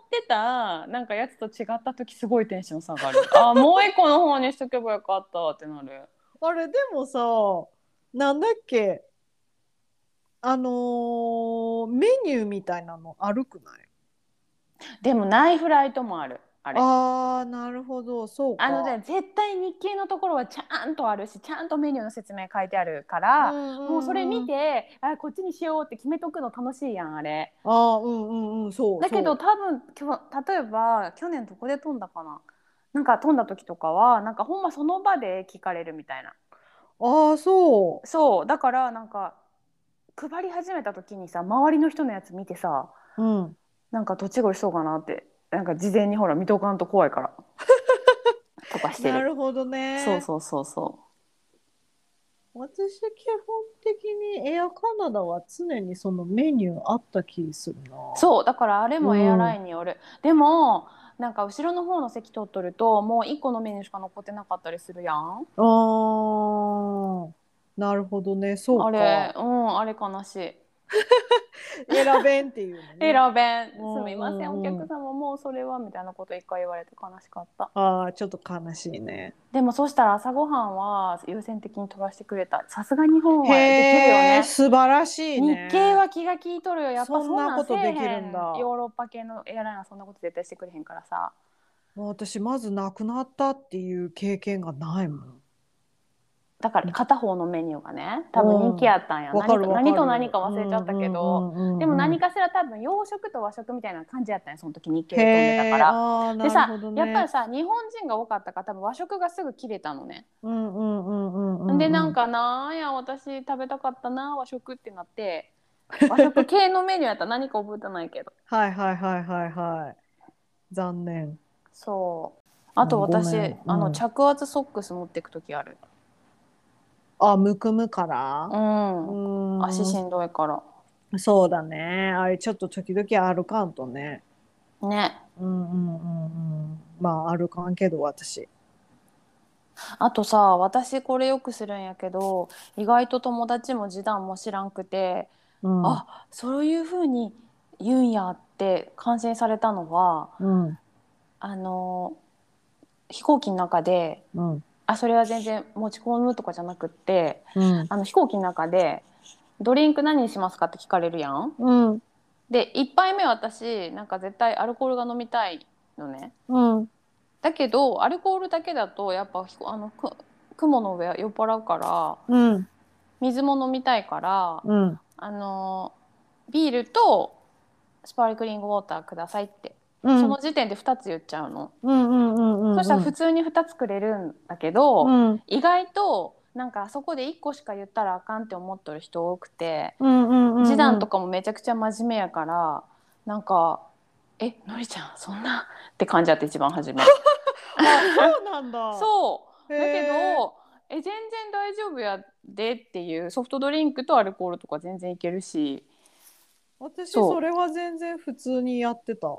ってたなんかやつと違った時すごいテンション下がるあもう一個の方にしとけばよかったってなるあれでもさ、なんだっけ、あのーメニューみたいなの歩くないでもないフライトもあるあれああー、なるほど、そうか。のね絶対日系のところはちゃんとあるしちゃんとメニューの説明書いてあるかうんら、んんんもうそれ見。てあこっちにしようって決めとくの楽しいやんあれあー、うんうんうん、そう。だけどそう、多分きょ例えば去年どこで飛んだかななんか飛んだ時とかはなんかほんまその場で聞かれるみたいなあー、そう。そうだからなんか配り始めた時にさ周りの人のやつ見てさうん。なんかどっちごしそうかなってなんか事前にほら見とかんと怖いから とかしてなるるほどね。そうそうそうそ私、基本的にエアカナダは常にそのメニューあった気するな。うそうだからあれもエアラインによる、でもなんか後ろの方の席取っとるともう1個のメニューしか残ってなかったりするやんあーなるほどね。そうか。あれうんあれ悲しい。選べんっていうのね選べんうんすみませんうんお客様もうそれはみたいなこと一回言われて悲しかったああ、ちょっと悲しいね。でもそしたら朝ごはんは優先的に取らせてくれたさすが日本はできるよへねえ、素晴らしいね。日系は気が利いとるよやっぱそそんんななんことできせえへるんだヨーロッパ系のエアラインはそんなこと絶対してくれへんからさもう私、まず亡くなったっていう経験がないもん。だから片方のメニューがね多分人気やったんや、わか何るとわかる。何と何か忘れちゃったけど、うんうんうんうんうんでも何かしら多分洋食と和食みたいな感じやったんやその時日系で飛んでへたえ、から。あーでさ、なるほどねやっぱりさ日本人が多かったから多分和食がすぐ切れたのね、うんうんうんうんうん。でなん、かなんや私食べたかったな和食ってな って和食系のメニューやったら何か覚えてないけどはいはいはいはいはい。残念。そう。あと私、ごめんうんあの着圧ソックス持ってくときある。あ、むくむからう。。うんーん足しんどいから。そうだね。あれちょっと時々歩かんとね。ね。うんうんうんうん。まあ歩かんけど私。あとさ、私これよくするんやけど、意外と友達も示談も知らんくて、うん、あ、そういう風に言うんやって感心されたのは、うんあの飛行機の中で、うんあ、それは全然持ち込むとかじゃなくって、うんあの飛行機の中で。ドリンク何にしますかって聞かれるやん。うんで1杯目私なんか絶対アルコールが飲みたいのねうんだけどアルコールだけだとやっぱひこあのく雲の上は酔っ払うからうん水も飲みたいから、うんあのビールとスパークリングウォーターくださいって、うんその時点で2つ言っちゃうの、うんうんうんうんそしたら普通に2つくれるんだけど、うん意外となんかあそこで1個しか言ったらあかんって思っとる人多くて、うんうんうん次男とかもめちゃくちゃ真面目やからなんか「えのりちゃんそんな」って感じやって一番初 めあそうなんだ そううだけど「え全然大丈夫やで」っていうソフトドリンクとアルコールとか全然いけるし私そうそれは全然普通にやってた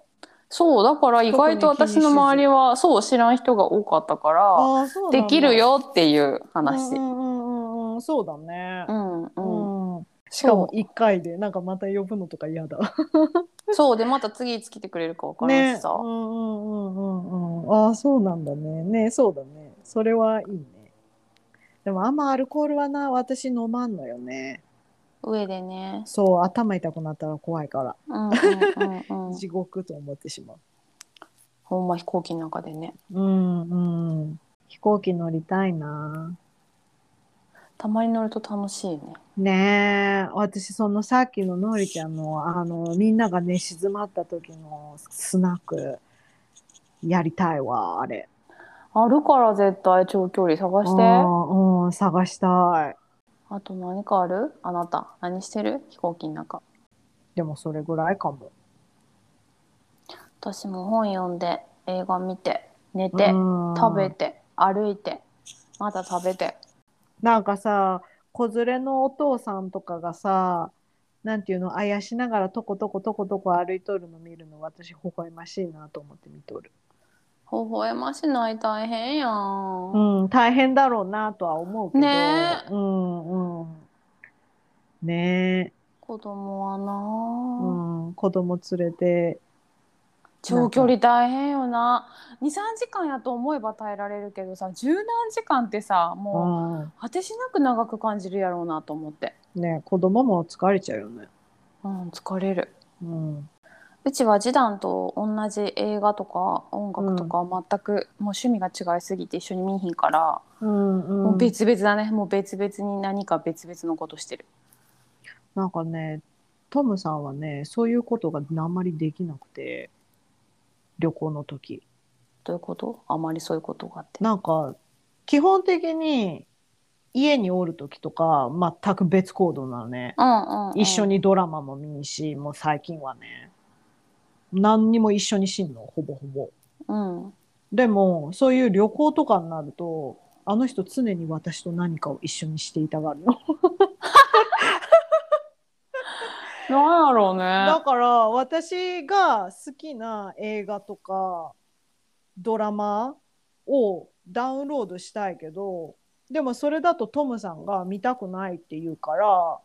そうだから意外と特に気私にせずの周りはそう知らん人が多かったからあそうなんだできるよっていうう話。んうんうんうんそうだねうんうんうんしかも一回でなんかまた呼ぶのとか嫌だそうでまた次いつ来てくれるか分からんねし、うさ、んうんうんうんうん。ああ、そうなんだね。ね、そうだね。それはいいね。でもあんまアルコールはな、私飲まんのよね。上でね、そう、頭痛くなったら怖いから、うんうんうん うん、地獄と思ってしまう。ほんま飛行機の中でねうんうん。飛行機乗りたいな。たまに乗ると楽しいねねえ、私そのさっきののりちゃんの、あの、みんながね、静まった時のスナック、やりたいわ、あれ。あるから絶対長距離探してあうんうん、探したい。と何かあるあなた何してる飛行機の中でもそれぐらいかも。私も本読んで映画見て寝てうん食べて歩いてまた食べてなんかさ、子連れのお父さんとかがさ、なんていうの、あやしながらとことことことこ歩いとるの見るの、私、微笑ましいなと思って見とる。微笑ましない大変や、うんん、大変だろうなとは思うけど。ねえうんうん。ねえ。子供はうな、ん、子供連れて。長距離大変よな23時間やと思えば耐えられるけどさ十何時間ってさうもんう果てしなく長く感じるやろうなと思ってねえ子供も疲れちゃうよね。うん疲れるうん。うちは次男と同じ映画とか音楽とか全くもう趣味が違いすぎて一緒に見ひんから、うん、もう。うん別々だねもう別々に何か別々のことしてるなんかね、トムさんはね、そういうことがあんまりできなくて、旅行の時。どういうことあまりそういうことがあってなんか、基本的に、家におる時とか全く別行動なのね。うんうん一緒にドラマも見んし、もう最近はね、何にも一緒にしんの、ほぼほぼ。うんでも、そういう旅行とかになると、あの人常に私と何かを一緒にしていたがるの。なんやろうねだから、私が好きな映画とか、ドラマをダウンロードしたいけど、でもそれだとトムさんが見たくないって言うから、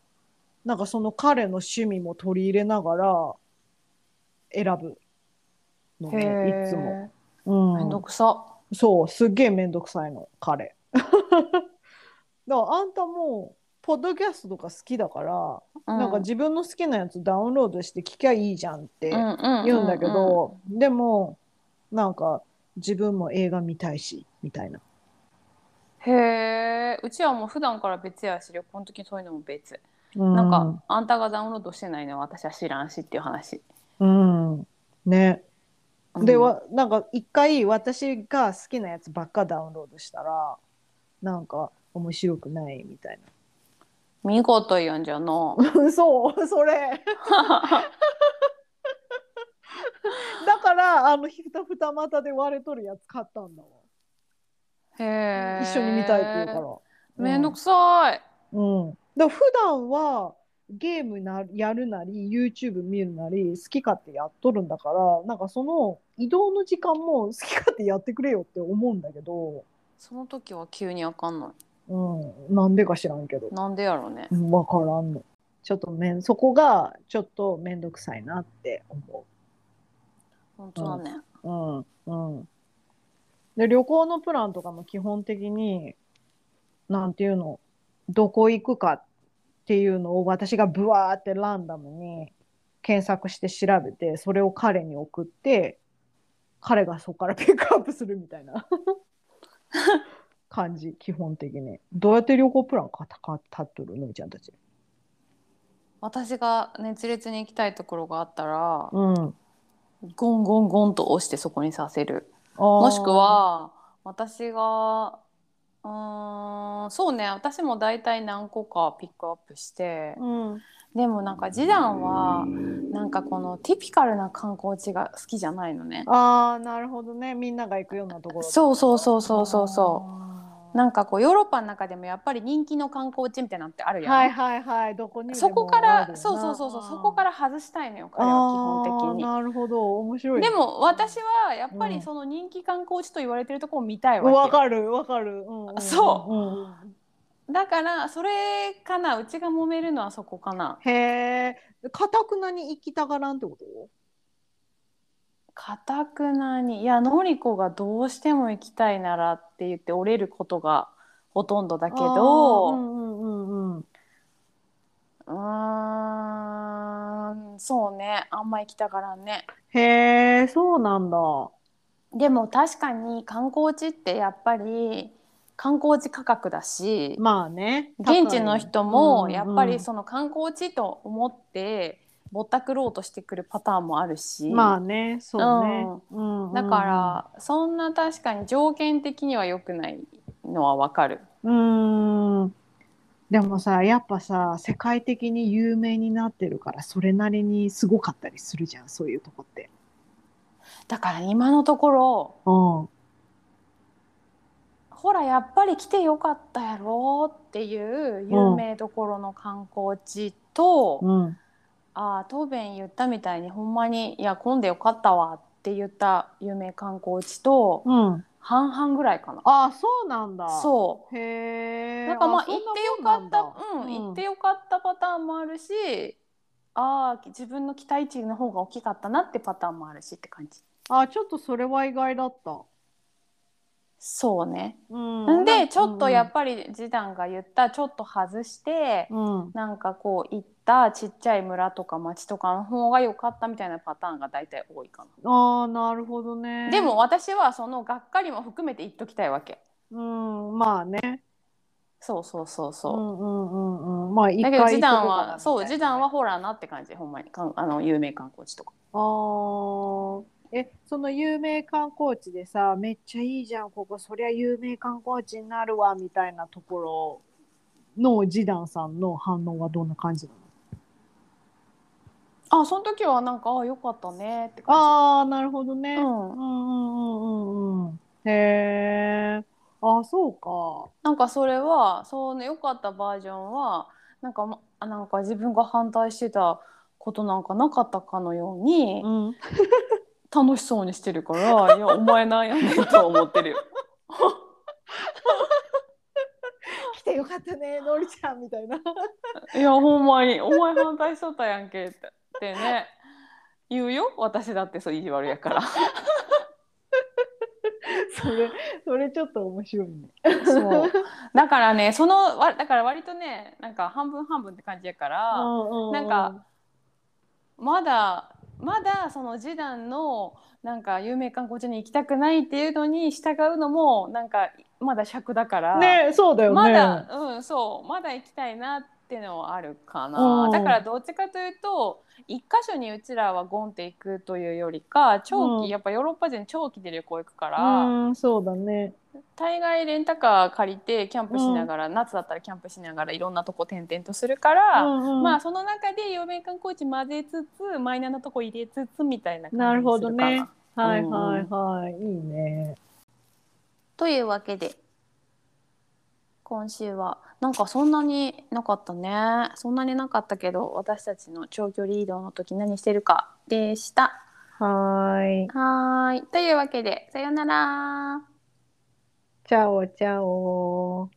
なんかその彼の趣味も取り入れながら選ぶのね、いつも。へーめんうどん、くさそうすっげえめんどくさいの彼 だからあんたもポッドキャストとか好きだから、うなんか自分の好きなやつダウンロードして聞きゃいいじゃんって言うんだけうど、でもなんか自分も映画見たいしみたいなうんうんへえうちはもう普段から別やし旅行の時そういうのも別なんかあんたがダウンロードしてないのは私は知らんしっていう話うん、うんねで、うんわなんか一回私が好きなやつばっかダウンロードしたらなんか面白くないみたい見事言うんじゃ のうなそうそれだからあのひたふた股で割れとるやつ買ったんだわへえ一緒に見たいって言うから、うん、めんどくさいうんだから普段はゲームなやるなり YouTube 見るなり好き勝手やっとるんだからなんかその移動の時間も好き勝手やってくれよって思うんだけど、その時は急にあかんのうん、なんでか知らんけどなんでやろうねうんわからんのちょっとめんそこがちょっとめんどくさいなって思う本当だねうんうんで旅行のプランとかも基本的になんていうのどこ行くかっていうのを私がブワーってランダムに検索して調べてそれを彼に送って彼がそこから ピックアップするみたいな感じ基本的にどうやって旅行プランかたか立っとるのみちゃんたち私が熱烈に行きたいところがあったらうんゴンゴンゴンと押してそこにさせるももしくは私がうーんそうね私も大体何個かピックアップしてうんでもなんか次男はなんかこのティピカルな観光地が好きじゃないのね ああなるほどねみんなが行くようなところそうそうそうそうそうそうなんかこうヨーロッパの中でもやっぱり人気の観光地みたいなのってあるやん、はいはいはいどこにでもそこかあるよらなそうそうそうそうそこから外したいのよあー彼は基本的になるほど面白いでも私はやっぱうりんその人気観光地と言われてるとこを見たいわけよわかるわかる、うんうん、そうん、うんだからそれかなうちが揉めるのはそこかなへえかたくなに行きたがらんってことかたくなにいやのりこがどうしても行きたいならって言って折れることがほとんどだけどあーううんうんうんうんーんそうねあんま行きたからんねへえそうなんだでも確かに観光地ってやっぱり観光地価格だし、まあね現地の人もやっぱりそその観光地と思ってぼったくろうとしてくるパターンもあるし、まあねそうね、うんうんだからそんな確かに条件的には良くないのはわかる。うーん。でもさ、やっぱさ、世界的に有名になってるから、それなりにすごかったりするじゃん、そういうとこって。だから今のところうん。ほらやっぱり来てよかったやろっていう有名どころの観光地と、うん。ああ答弁言ったみたいにほんまにいや混んでよかったわって言った有名観光地とうん。半々ぐらいかな。あ、そうなんだ。そうう。へえ。なんかまあ行そっんなてよもかんっなたんだうん、行ってよかったパターンもあるしああ自分の期待値の方が大きかったなってパターンもあるしって感じあ、ちょっとそれは意外だった。そうね、うんん、でちょっとやっぱり次男が言ったちょっと外して、うん。うん。なんかこう行ったちっちゃい村とか町とかの方が良かったみたいなパターンが大体多いかな、ああ、なるほどね。でも、私はそのがっかりも含めて言っときたいわけうん、まあね。そうそうそううそう、んうんうんうん。まあ一だ回けど次行っ男とこかなはそう次男。みたいなねはホラーなって感じほんまにかんあの有名観光地とかああ、え、その有名観光地でさ、めっちゃいいじゃん、ここ、そりゃ有名観光地になるわ、みたいなところのジダンさんの反応はどんな感じなのあその時はなんかあよかったねって感ああ、なるほどね。じ、うんうん、うんうんうんうん。へえ。あ、そうか。なんかそれはそうね良かったバージョンはなんかまなんか自分が反対してたことなんかなかったかのようにうん。楽しそうにしてるから、いやお前なんやねんとは思ってるよ。来てよかったね、のりちゃんみたいな。いやほんまにお前反対しとったやんけってってね言うよ私だってそう意地悪やから。 それ、それちょっと面白いね。そう だからねそのわだから割とねなんか半分半分って感じやから。うなんか、まだまだその示談のなんか有名観光地に行きたくないっていうのに従うのもなんかまだ尺だから、ねえ、そうだよね。まだ、うんそうまだ行きたいなっていうのはあるかうなんだからどっちかというと一箇所にうちらはゴンって行くというよりか長期、うんやっぱヨーロッパ人長期で旅行行くから、うん、そうだね。大概レンタカー借りてキャンプしながら、夏だったらキャンプしながらいろんなとこ転々とするから。まあその中で有名観光地混ぜつつマイナーなとこ入れつつみたいな感じにするかななるほどね。あはいはいうんはい、いいね。というわけで今週はなんかそんなになかったねそんなになかったけど私たちの長距離移動の時何してるかでした。はい。はーいというわけでさようなら。チャオチャオ。